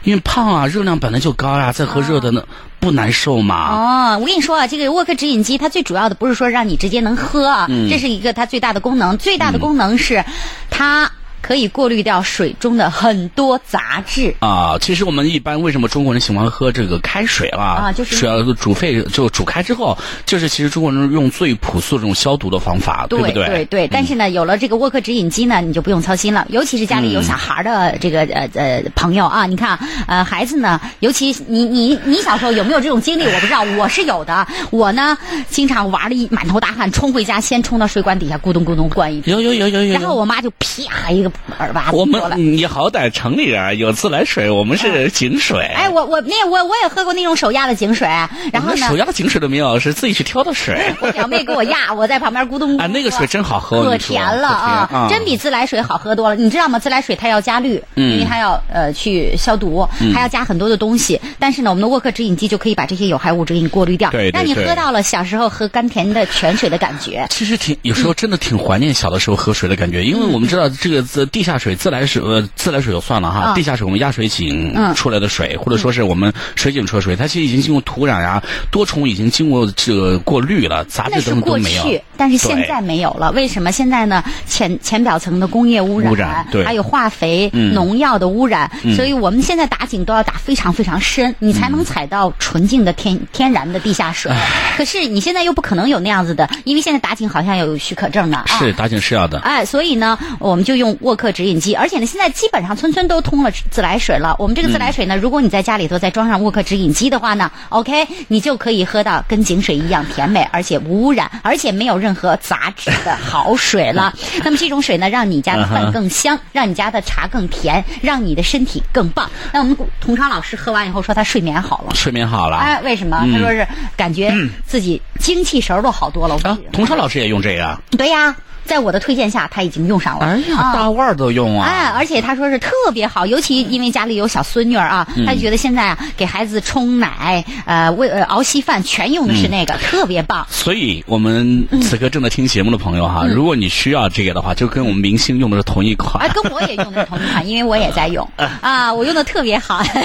[SPEAKER 4] 因为胖啊，热量本来就高呀、再喝热的呢、不难受嘛。
[SPEAKER 3] 哦，我跟你说啊，这个沃克直饮机它最主要的
[SPEAKER 4] 嗯
[SPEAKER 3] 不是说让你直接能喝啊，这是一个它最大的功能，最大的功能是它。可以过滤掉水中的很多杂质。
[SPEAKER 4] 啊，其实我们一般为什么中国人喜欢喝这个开水啦？
[SPEAKER 3] 啊就是
[SPEAKER 4] 水要煮沸，就煮开之后，就是其实中国人用最朴素的这种消毒的方法，
[SPEAKER 3] 对
[SPEAKER 4] 不对？嗯
[SPEAKER 3] 对但是呢，有了这个沃克指引机呢，你就不用操心了。尤其是家里有小孩的这个、呃呃朋友啊，你看呃孩子呢，尤其你你你小时候有没有这种经历？我不知道，我是有的。我呢，经常玩的一满头大汗，冲回家先冲到水管底下咕咚咕咚灌一
[SPEAKER 4] 有有有有有。
[SPEAKER 3] 然后我妈就啪一个耳巴子
[SPEAKER 4] 我
[SPEAKER 3] 过来。
[SPEAKER 4] 们你嗯好歹城里人啊有自来水，我们是井水。
[SPEAKER 3] 哎，我我那我我也喝过那种手压的井水，然后
[SPEAKER 4] 我们
[SPEAKER 3] 呢
[SPEAKER 4] 哦手，压的井水都没有，是自己去挑的水。
[SPEAKER 3] [laughs] 我表妹给我压，我在旁边咕咚咕咚。
[SPEAKER 4] [laughs] 啊，那个水真好
[SPEAKER 3] 可
[SPEAKER 4] 喝，你说
[SPEAKER 3] 甜了啊，
[SPEAKER 4] 可甜
[SPEAKER 3] 真比自来水好喝多了。你知道吗？自来水它要加氯，
[SPEAKER 4] 嗯
[SPEAKER 3] 因为它要呃去消毒，还要加很多的东西。但是呢，我们的沃克指引机就可以把这些有害物质给你过滤掉，
[SPEAKER 4] 对对
[SPEAKER 3] 让你
[SPEAKER 4] 对
[SPEAKER 3] 喝到了小时候喝甘甜的泉水的感觉。
[SPEAKER 4] 其实挺有时候真的挺怀念小的时候喝水的感觉，
[SPEAKER 3] 嗯
[SPEAKER 4] 因为我们知道这个自地下水、自来水、呃自来水就算了哈，
[SPEAKER 3] 嗯
[SPEAKER 4] 地下水我们压水井
[SPEAKER 3] 嗯
[SPEAKER 4] 出来的水，或者说是我们水井出的水，它其实已经经过土壤呀、多重已经经过这个过滤了，杂
[SPEAKER 3] 那
[SPEAKER 4] 质
[SPEAKER 3] 是
[SPEAKER 4] 等等都
[SPEAKER 3] 过
[SPEAKER 4] 没有。
[SPEAKER 3] 去，但是现
[SPEAKER 4] 对
[SPEAKER 3] 在没有了。为什么？现在呢？浅浅表层的工业污染，
[SPEAKER 4] 污染对
[SPEAKER 3] 还有化肥、
[SPEAKER 4] 嗯
[SPEAKER 3] 农药的污染，所以我们现在打井都要打非常非常深，
[SPEAKER 4] 嗯
[SPEAKER 3] 你才能采到纯净的天天然的地下水。可是你现在又不可能有那样子的，因为现在打井好像有许可证呢。啊
[SPEAKER 4] 是打井是要的。
[SPEAKER 3] 哎，所以呢，我们就用沃克指引机，而且呢，现在基本上村村都通了自来水了。我们这个自来水呢，如果你在家里头再装上沃克指引机的话呢，OK，你就可以喝到跟井水一样甜美，而且无污染，而且没有任何杂质的好水了。那么这种水呢，让你家的饭更香，让你家的茶更甜，让你的身体更棒。那我们童昌老师喝完以后说他睡眠好了。
[SPEAKER 4] 睡眠好了。
[SPEAKER 3] 哎，为什么？他说是感觉自己精气神儿都好多了。
[SPEAKER 4] 啊，童超老师也用这个啊。
[SPEAKER 3] 对呀，在我的推荐下，他已经用上了。
[SPEAKER 4] 哎呀，
[SPEAKER 3] 啊
[SPEAKER 4] 大腕儿都用啊。
[SPEAKER 3] 哎，而且他说是特别好，尤其因为家里有小孙女儿啊，
[SPEAKER 4] 嗯
[SPEAKER 3] 他就觉得现在啊给孩子冲奶、呃喂呃熬稀饭，全用的是那个，
[SPEAKER 4] 嗯
[SPEAKER 3] 特别棒。
[SPEAKER 4] 所以，我们
[SPEAKER 3] 嗯
[SPEAKER 4] 此刻正在听节目的朋友哈，如果你需要这个的话，就跟我们明星用的是同一款。
[SPEAKER 3] 啊，跟我也用的是同一款，因为我也在
[SPEAKER 4] [laughs]
[SPEAKER 3] 用啊，我用的特别好。 [laughs]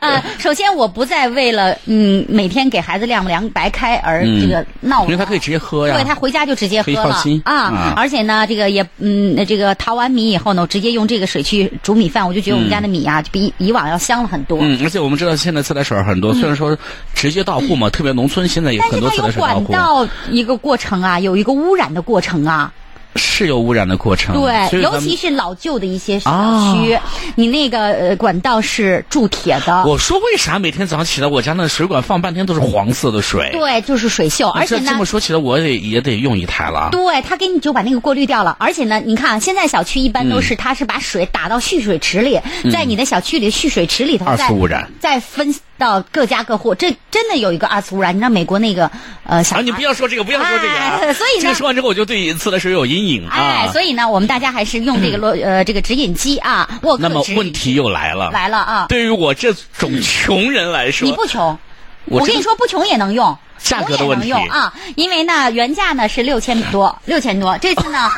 [SPEAKER 3] 啊，首先我不再为了嗯每天给孩子晾不凉白开而这个闹了、
[SPEAKER 4] 嗯因为它可以直接喝呀。
[SPEAKER 3] 对他回家就直接喝
[SPEAKER 4] 可以
[SPEAKER 3] 了
[SPEAKER 4] 放心
[SPEAKER 3] 啊
[SPEAKER 4] 啊！
[SPEAKER 3] 而且呢，这个也嗯，这个淘完米以后呢，我直接用这个水去煮米饭，我就觉得我们家的米啊，就比以往要香了很多。
[SPEAKER 4] 嗯，而且我们知道现在自来水很多，虽然说直接到户嘛，特别农村现在有
[SPEAKER 3] 嗯但
[SPEAKER 4] 很
[SPEAKER 3] 是
[SPEAKER 4] 多
[SPEAKER 3] 它
[SPEAKER 4] 自来
[SPEAKER 3] 有
[SPEAKER 4] 水到
[SPEAKER 3] 管
[SPEAKER 4] 户，
[SPEAKER 3] 道一个过程啊，有一个污染的过程啊，
[SPEAKER 4] 是有污染的过程。所
[SPEAKER 3] 对，
[SPEAKER 4] 以咱
[SPEAKER 3] 尤
[SPEAKER 4] 们啊
[SPEAKER 3] 其是老旧的一些小区，你那个呃管道是铸铁的，
[SPEAKER 4] 我说为啥每天早上起来我家那水管放半天都是黄色的水？
[SPEAKER 3] 对，就是水锈，而且
[SPEAKER 4] 这这
[SPEAKER 3] 呢
[SPEAKER 4] 么。说起来，我也也得用一台了啊。
[SPEAKER 3] 对他给你就把那个过滤掉了，而且呢，你看啊现在小区一般都是，它是把水打到蓄水池里，在你的小区里的蓄水池里头
[SPEAKER 4] 嗯二
[SPEAKER 3] 再
[SPEAKER 4] 次污染，
[SPEAKER 3] 再分到各家各户，这真的有一个二次污染。你知道美国那个呃小
[SPEAKER 4] 啊，你不要说这个，不要说这个啊、
[SPEAKER 3] 哎所以呢
[SPEAKER 4] 这个说完之后，我就对自来水有阴影啊。
[SPEAKER 3] 哎，所以呢，我们大家还是用这个罗、呃这个指引机啊，沃克
[SPEAKER 4] 嗯那么
[SPEAKER 3] 指引
[SPEAKER 4] 问题又来了，
[SPEAKER 3] 来了嗯啊，
[SPEAKER 4] 对于我这种穷人来说，
[SPEAKER 3] 你不穷。
[SPEAKER 4] 我
[SPEAKER 3] 我跟
[SPEAKER 4] 真
[SPEAKER 3] 你
[SPEAKER 4] 的
[SPEAKER 3] 说，不穷也能用，
[SPEAKER 4] 价格
[SPEAKER 3] 穷
[SPEAKER 4] 的
[SPEAKER 3] 也
[SPEAKER 4] 问
[SPEAKER 3] 能
[SPEAKER 4] 题
[SPEAKER 3] 用啊！因为呢，原价呢是六千多，六千多。这次呢，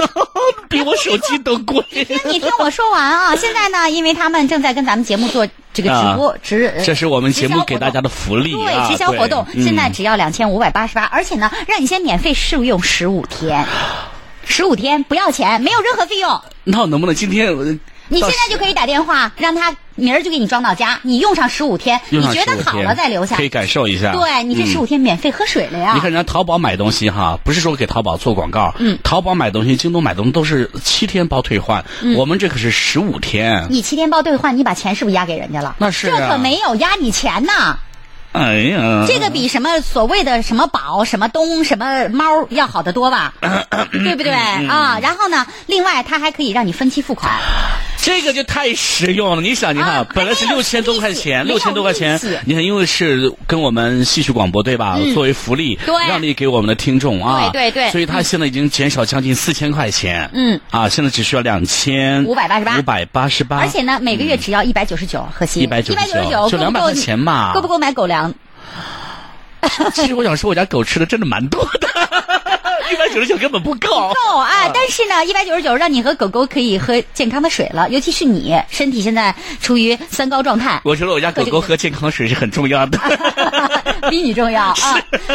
[SPEAKER 4] 比我手机都贵。
[SPEAKER 3] 那你听我说完
[SPEAKER 4] [laughs]
[SPEAKER 3] 啊！现在呢，因为他们正在跟咱们节目做这个直播、直，呃
[SPEAKER 4] 啊这是我们节
[SPEAKER 3] 直销
[SPEAKER 4] 目
[SPEAKER 3] 活
[SPEAKER 4] 给大
[SPEAKER 3] 动
[SPEAKER 4] 家的福利啊！
[SPEAKER 3] 对，直销活动
[SPEAKER 4] 对
[SPEAKER 3] 现在
[SPEAKER 4] 嗯
[SPEAKER 3] 只要两千五百八十八，而且呢，让你先免费试用十五天，十五天不要钱，没有任何费用。
[SPEAKER 4] 那我能不能今天呃
[SPEAKER 3] 你
[SPEAKER 4] 到
[SPEAKER 3] 现在就可以打电话，让他明儿就给你装到家，你用上十五天，你
[SPEAKER 4] 用上
[SPEAKER 3] 觉得
[SPEAKER 4] 15
[SPEAKER 3] 好
[SPEAKER 4] 天
[SPEAKER 3] 了再留下
[SPEAKER 4] 可。以感受一下。
[SPEAKER 3] 对你这十五
[SPEAKER 4] 嗯
[SPEAKER 3] 天免费喝水了呀！
[SPEAKER 4] 你看人家淘宝买东西哈，不是说给淘宝做广告，
[SPEAKER 3] 嗯
[SPEAKER 4] 淘宝买东西、京东买东西都是七天包退换，我们这可是十五天。
[SPEAKER 3] 嗯你七天包兑换，你把钱是不是压给人家了？
[SPEAKER 4] 那是啊
[SPEAKER 3] 这可没有压你钱呐，
[SPEAKER 4] 哎呀，
[SPEAKER 3] 这个比什么所谓的什么宝、什么东、什么猫要好得多
[SPEAKER 4] [laughs]
[SPEAKER 3] 吧？对不对
[SPEAKER 4] 嗯
[SPEAKER 3] 啊？然后呢，另外它还可以让你分期付款，
[SPEAKER 4] 啊这个就太实用了。你想，你看，
[SPEAKER 3] 啊
[SPEAKER 4] 本来是
[SPEAKER 3] 还没有
[SPEAKER 4] 六千多块钱，
[SPEAKER 3] 利息
[SPEAKER 4] 六千多块钱
[SPEAKER 3] 没有利息，
[SPEAKER 4] 你看，因为是跟我们戏曲广播对吧，作为福利
[SPEAKER 3] 嗯对
[SPEAKER 4] 让利给我们的听众啊，
[SPEAKER 3] 对对对
[SPEAKER 4] 所以他现在已经减少将近四千块钱，
[SPEAKER 3] 嗯，
[SPEAKER 4] 啊，现在只需要两千
[SPEAKER 3] 588
[SPEAKER 4] 五百八十八，
[SPEAKER 3] 而且呢，每个月只要一百九十九，核心
[SPEAKER 4] 199
[SPEAKER 3] 199
[SPEAKER 4] 就
[SPEAKER 3] 够不
[SPEAKER 4] 200
[SPEAKER 3] 够
[SPEAKER 4] 块钱嘛
[SPEAKER 3] 够不够买狗粮？
[SPEAKER 4] 其实我想说，我家狗吃的真的蛮多
[SPEAKER 3] [laughs]
[SPEAKER 4] 的，一百九十九根本不够。
[SPEAKER 3] 够啊！但是呢，一百九十九让你和狗狗可以喝健康的水了，尤其是你身体现在处于三高状态。
[SPEAKER 4] 我觉得我家狗狗喝健康水是很重要的。
[SPEAKER 3] [laughs] 比你重要啊！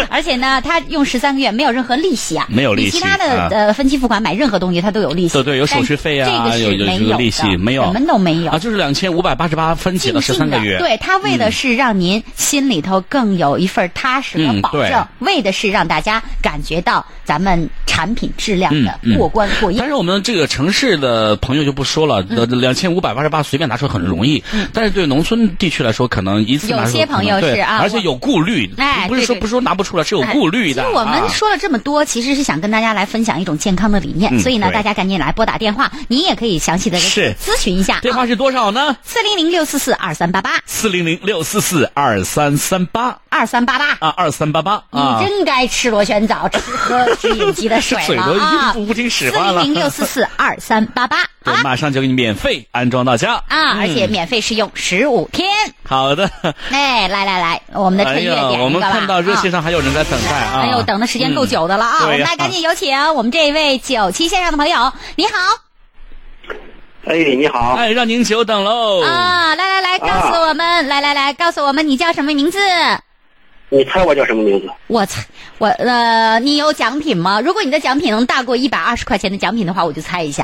[SPEAKER 3] 而且呢，他用十三个月没有任何利息啊，
[SPEAKER 4] 没有利息
[SPEAKER 3] 你其他的、
[SPEAKER 4] 啊
[SPEAKER 3] 呃分期付款买任何东西它都有利息，
[SPEAKER 4] 对对有手续费啊
[SPEAKER 3] 但是这
[SPEAKER 4] 有有
[SPEAKER 3] 个是没
[SPEAKER 4] 有
[SPEAKER 3] 有的
[SPEAKER 4] 利息没有
[SPEAKER 3] 什么都没有
[SPEAKER 4] 啊，。就是两千五百八十八分解了十
[SPEAKER 3] 静
[SPEAKER 4] 三
[SPEAKER 3] 静的，
[SPEAKER 4] 个月，
[SPEAKER 3] 对他为的是让您心里头更有一份踏实和
[SPEAKER 4] 嗯
[SPEAKER 3] 保
[SPEAKER 4] 对
[SPEAKER 3] 证，为的是让大家感觉到咱们产品质量的
[SPEAKER 4] 嗯嗯
[SPEAKER 3] 过关过硬。
[SPEAKER 4] 但是我们这个城市的朋友就不说了，
[SPEAKER 3] 嗯
[SPEAKER 4] 两千五百八十八随便拿出来很容易，但是对农村地区来说，可能一次拿出来
[SPEAKER 3] 有些朋友
[SPEAKER 4] 可能
[SPEAKER 3] 是
[SPEAKER 4] 对
[SPEAKER 3] 啊
[SPEAKER 4] 而且有顾虑，
[SPEAKER 3] 哎
[SPEAKER 4] 不是
[SPEAKER 3] 对
[SPEAKER 4] 说
[SPEAKER 3] 对
[SPEAKER 4] 不是说拿不出来，是有顾虑的。
[SPEAKER 3] 哎其实我
[SPEAKER 4] 啊
[SPEAKER 3] 们说了这么多，其实是想跟大家来分享一种健康的理念，
[SPEAKER 4] 嗯
[SPEAKER 3] 所以呢，
[SPEAKER 4] 对
[SPEAKER 3] 大家赶紧来拨打电话，您也可以详细的
[SPEAKER 4] 是
[SPEAKER 3] 咨询一下。
[SPEAKER 4] 电话是多少呢？
[SPEAKER 3] 四零零六四四二三八八
[SPEAKER 4] 四零零六四四二三三八
[SPEAKER 3] 二三八八。
[SPEAKER 4] 啊，二三八八啊
[SPEAKER 3] 你。真该吃螺旋藻，吃喝吃饮级的水
[SPEAKER 4] [laughs] 嘴
[SPEAKER 3] 了
[SPEAKER 4] 都已经
[SPEAKER 3] 啊！
[SPEAKER 4] 不不听
[SPEAKER 3] 四
[SPEAKER 4] 使唤
[SPEAKER 3] 零
[SPEAKER 4] 了
[SPEAKER 3] 零。六四四二三八八，好
[SPEAKER 4] [laughs] 对，嗯
[SPEAKER 3] 吧
[SPEAKER 4] 马上就给你免费安装到家。
[SPEAKER 3] 啊，而且免费试用十五天。
[SPEAKER 4] 好的，
[SPEAKER 3] 哎，来来来，我们的
[SPEAKER 4] 哎
[SPEAKER 3] 趁月
[SPEAKER 4] 呀，
[SPEAKER 3] 点
[SPEAKER 4] 我
[SPEAKER 3] 一
[SPEAKER 4] 们
[SPEAKER 3] 个吧
[SPEAKER 4] 看到热
[SPEAKER 3] 啊
[SPEAKER 4] 线上还有人在等待啊。
[SPEAKER 3] 哎呦，等的时间够久的了啊！我
[SPEAKER 4] 嗯对
[SPEAKER 3] 们
[SPEAKER 4] 呀
[SPEAKER 3] 来赶紧有请我们这位九七线上的朋友，你好
[SPEAKER 6] 哎，你好，
[SPEAKER 4] 哎，让您久等
[SPEAKER 2] 哦
[SPEAKER 4] 喽。
[SPEAKER 3] 啊！来来来，告诉我们，来来来，告诉我们你叫什么名字？
[SPEAKER 6] 你猜我叫什么名字？
[SPEAKER 3] 我猜，我呃，你有奖品吗？如果你的奖品能大过一百二十块钱的奖品的话，我就猜一下。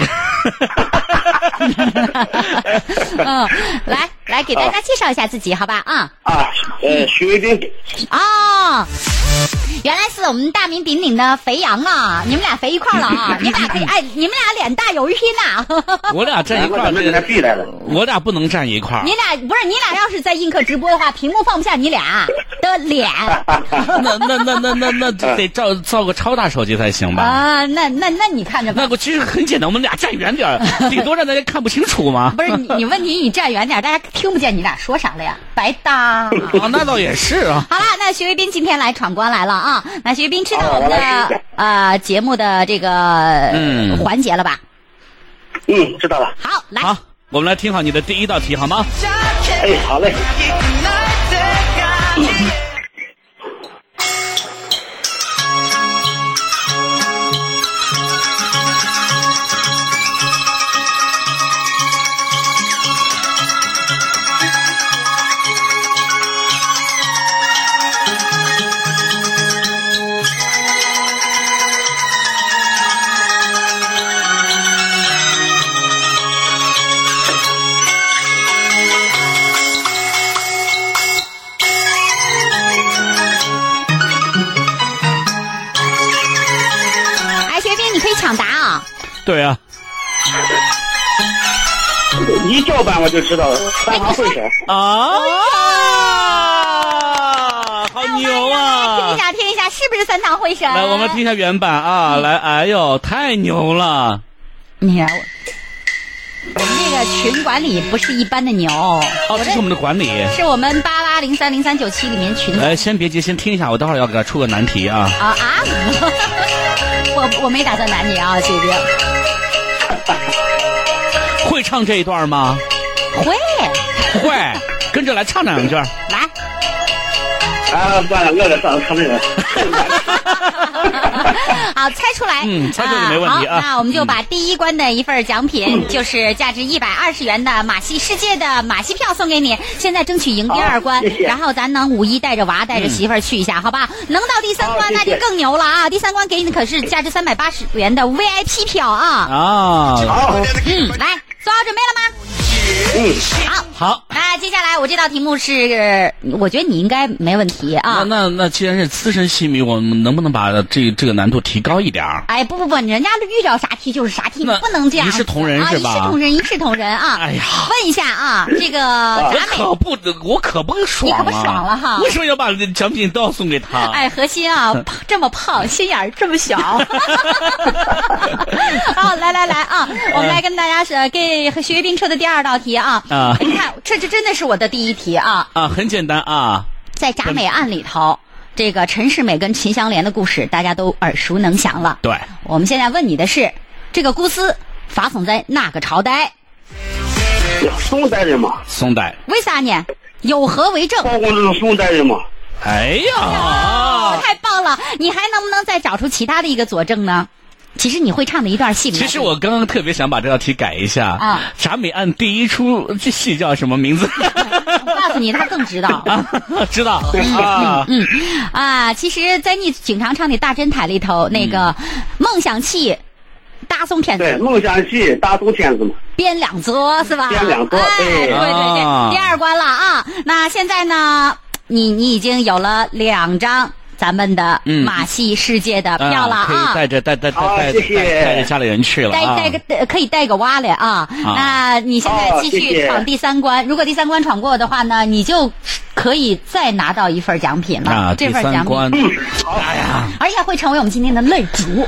[SPEAKER 3] 嗯，来来，给大家介绍一下自己，好吧？啊、
[SPEAKER 6] 啊，呃，徐卫兵，
[SPEAKER 3] 哦，原来是我们大名鼎鼎的肥羊啊！你们俩肥一块儿了啊！你们俩可以，哎，你们俩脸大有一拼呐、
[SPEAKER 4] [laughs] 我俩站一
[SPEAKER 6] 难
[SPEAKER 4] 块
[SPEAKER 6] 怪
[SPEAKER 4] 儿，
[SPEAKER 6] 咱们给他
[SPEAKER 4] 这
[SPEAKER 6] 避来了。
[SPEAKER 4] 我俩不能站一块儿
[SPEAKER 3] 你。俩不是你俩要是在映客直播的话，屏幕放不下你俩的
[SPEAKER 6] [laughs]
[SPEAKER 3] 脸啊
[SPEAKER 4] 啊那那那那那那
[SPEAKER 6] 啊
[SPEAKER 4] 得造造个超大手机才行吧？
[SPEAKER 3] 啊！那那那你看着吧
[SPEAKER 4] 那。我其实很简单，我们俩站远
[SPEAKER 3] [laughs]
[SPEAKER 4] 点儿，顶多让大家看不清楚嘛。
[SPEAKER 3] 不是你，你问题你站远点，大家听不见你俩说啥了呀？白搭。
[SPEAKER 4] 啊，那倒也是啊。
[SPEAKER 3] 好了，那徐卫兵今天来闯关来了啊！那徐卫兵知道我们的、
[SPEAKER 6] 好我来试一下
[SPEAKER 3] 呃节目的这个、
[SPEAKER 4] 嗯
[SPEAKER 3] 环节了吧？
[SPEAKER 6] 嗯，知道了。
[SPEAKER 3] 好，来，
[SPEAKER 4] 好，我们来听好你的第一道题好吗？
[SPEAKER 6] 哎，好嘞。
[SPEAKER 3] 哎，徐卫兵你可以抢答啊、
[SPEAKER 4] 对啊，
[SPEAKER 6] 一叫板我就知道了，三行会审。
[SPEAKER 4] 啊，好牛
[SPEAKER 3] 听一
[SPEAKER 4] 啊！
[SPEAKER 3] 下，听一下，是不是三堂会审？
[SPEAKER 4] 来，我们听一下原版啊！来，哎呦，太牛了！
[SPEAKER 3] 你看我，我们这个群管理不是一般的牛，
[SPEAKER 4] 哦，这是我们的管理。
[SPEAKER 3] 是我们八八零三零三九七里面群
[SPEAKER 4] 来，先别急，先听一下，我待会儿要给他出个难题啊。
[SPEAKER 3] 啊啊！ [laughs] 我我没打算拦你啊，徐卫兵。
[SPEAKER 4] 会唱这一段吗？
[SPEAKER 3] 会，
[SPEAKER 4] 会，跟着来唱两句。
[SPEAKER 3] 来， [laughs]
[SPEAKER 6] 啊，算了，那个算了，他那个。
[SPEAKER 3] 好，猜出来，
[SPEAKER 4] 嗯猜出来就没问题啊
[SPEAKER 3] 好，那我们就把第一关的一份奖
[SPEAKER 4] [laughs]
[SPEAKER 3] 品，就是价值一百二十元的马戏世界的马戏票送给你。现在争取赢第二关，
[SPEAKER 6] 好谢谢
[SPEAKER 3] 然后咱能五一带着娃带着媳妇儿去一下，好吧？
[SPEAKER 4] 嗯
[SPEAKER 3] 能到第三
[SPEAKER 6] 好
[SPEAKER 3] 关
[SPEAKER 6] 谢
[SPEAKER 3] 那
[SPEAKER 6] 谢
[SPEAKER 3] 就更牛了啊！第三关给你的可是价值三百八十元的 VIP 票啊！
[SPEAKER 4] 啊，
[SPEAKER 6] 好，
[SPEAKER 3] 嗯，来，做好准备了吗？
[SPEAKER 6] 嗯，
[SPEAKER 3] 好。
[SPEAKER 4] 好。
[SPEAKER 3] 那接下来我这道题目是，呃我觉得你应该没问题
[SPEAKER 4] 那
[SPEAKER 3] 啊。
[SPEAKER 4] 那那，既然是资深戏迷，我们能不能把这这个难度提高一点儿？
[SPEAKER 3] 哎，不不不，人家遇到啥题就是啥题，
[SPEAKER 4] 那
[SPEAKER 3] 不能这样。
[SPEAKER 4] 一视同仁
[SPEAKER 3] 啊
[SPEAKER 4] 是吧
[SPEAKER 3] 一视同仁，一视同仁啊！
[SPEAKER 4] 哎呀
[SPEAKER 3] 问一下啊，这个
[SPEAKER 4] 我
[SPEAKER 3] 咱
[SPEAKER 4] 可
[SPEAKER 3] 美，
[SPEAKER 4] 不，我可不爽啊
[SPEAKER 3] 你可不爽了哈
[SPEAKER 4] 为什么要把奖品都要送给他？
[SPEAKER 3] 哎，何心
[SPEAKER 4] 嗯
[SPEAKER 3] 啊，胖这么胖，心眼儿这么小。 [laughs] 啊，来来来啊，
[SPEAKER 4] 嗯
[SPEAKER 3] 我们来跟大家是呃给学兵车的第二道题啊。
[SPEAKER 4] 啊
[SPEAKER 3] 你看，这这真的是我的第一题啊。
[SPEAKER 4] 啊，很简单啊，
[SPEAKER 3] 在铡美案里头，这个陈世美跟秦香莲的故事大家都耳熟能详了。
[SPEAKER 4] 对，
[SPEAKER 3] 我们现在问你的是，这个公司发生在哪个朝代？
[SPEAKER 6] 宋代人嘛，
[SPEAKER 4] 松代。
[SPEAKER 3] 为啥呢？有何为证？
[SPEAKER 6] 包公这是宋代人嘛。
[SPEAKER 4] 哎
[SPEAKER 3] 哦
[SPEAKER 4] 呀，
[SPEAKER 3] 太棒了！你还能不能再找出其他的一个佐证呢？其实你会唱的一段戏名。
[SPEAKER 4] 其实我刚刚特别想把这道题改一下
[SPEAKER 3] 啊
[SPEAKER 4] 铡美案第一出这戏叫什么名字？ [laughs]
[SPEAKER 3] 我告诉你，他更知道。
[SPEAKER 4] 啊，知道啊，
[SPEAKER 3] 嗯啊，其实，在你经常唱的《大侦探》里头，那个
[SPEAKER 4] 嗯
[SPEAKER 3] 梦想器。大宋天
[SPEAKER 6] 对，
[SPEAKER 3] 子
[SPEAKER 6] 梦想戏大冬天子嘛，
[SPEAKER 3] 编两折是吧？
[SPEAKER 6] 编两折
[SPEAKER 3] 哎，
[SPEAKER 6] 对
[SPEAKER 3] 对对对，
[SPEAKER 4] 啊
[SPEAKER 3] 第二关了啊！那现在呢，你你已经有了两张咱们的
[SPEAKER 4] 嗯
[SPEAKER 3] 马戏世界的票了
[SPEAKER 4] 可以
[SPEAKER 3] 啊！
[SPEAKER 4] 带着带带带
[SPEAKER 6] 好
[SPEAKER 4] 带
[SPEAKER 6] 谢谢
[SPEAKER 4] 带带着家里人去了
[SPEAKER 3] 带
[SPEAKER 4] 啊
[SPEAKER 3] 带。个带可以带个娃来啊！那你现在
[SPEAKER 6] 哦
[SPEAKER 3] 继
[SPEAKER 6] 谢
[SPEAKER 3] 续
[SPEAKER 6] 谢
[SPEAKER 3] 闯第三关，如果第三关闯过的话呢，你就可以再拿到一份奖品
[SPEAKER 4] 啊，
[SPEAKER 3] 了。
[SPEAKER 4] 第
[SPEAKER 3] 这份
[SPEAKER 4] 三
[SPEAKER 3] 奖品
[SPEAKER 4] 关，
[SPEAKER 3] 而且会成为我们今天的擂主。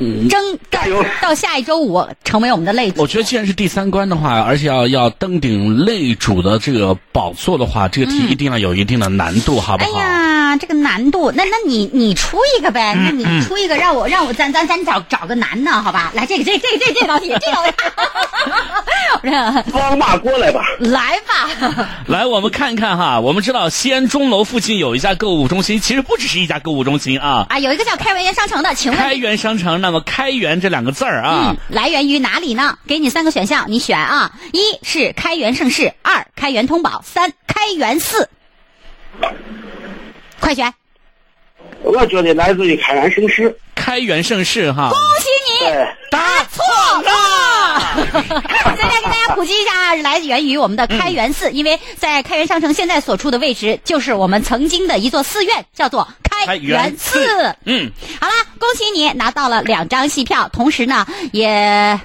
[SPEAKER 4] 嗯
[SPEAKER 3] 争
[SPEAKER 6] 加油
[SPEAKER 3] 到下一周五成为我们的擂主
[SPEAKER 4] 我。觉得既然是第三关的话，而且要要登顶擂主的这个宝座的话，这个题一定要有一定的难度，好不
[SPEAKER 3] 嗯哎
[SPEAKER 4] 好？
[SPEAKER 3] 呀，这个难度，那那你你出一个呗，那你出一个，让我让我咱咱咱找找个难的，好吧？来，这个这个这个这个这道题，这道题， [laughs]
[SPEAKER 6] 帮马过来吧。
[SPEAKER 3] 来吧，
[SPEAKER 4] 来，我们看看哈，我们知道西安钟楼附近有一家购物中心，其实不只是一家购物中心啊。
[SPEAKER 3] 啊，有一个叫开元元商城的，请问
[SPEAKER 4] 开元商城，那么“开元”这两个字儿啊
[SPEAKER 3] 嗯，，来源于哪里呢？给你三个选项，你选啊，一是开元盛世，二开元通宝，三开元寺，快选，
[SPEAKER 6] 我觉得来自于开元盛世，
[SPEAKER 4] 开元盛世哈，
[SPEAKER 3] 恭喜
[SPEAKER 4] 哎
[SPEAKER 3] 你。
[SPEAKER 6] 对，
[SPEAKER 4] 答
[SPEAKER 3] 错了。 [laughs] 现在给大家普及一下啊，来源于我们的开元
[SPEAKER 4] 嗯
[SPEAKER 3] 寺，因为在开元商城现在所处的位置，就是我们曾经的一座寺院，叫做开元寺。
[SPEAKER 4] 开元寺嗯，
[SPEAKER 3] 好啦，恭喜你拿到了两张戏票，同时呢，也。呃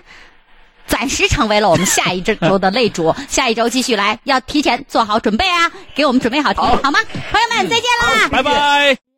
[SPEAKER 3] 暂时成为了我们下一周的擂
[SPEAKER 4] [laughs]
[SPEAKER 3] 主，下一周继续来，要提前做好准备啊！给我们准备好题目，好吗？朋友们，再见啦！
[SPEAKER 4] 拜拜。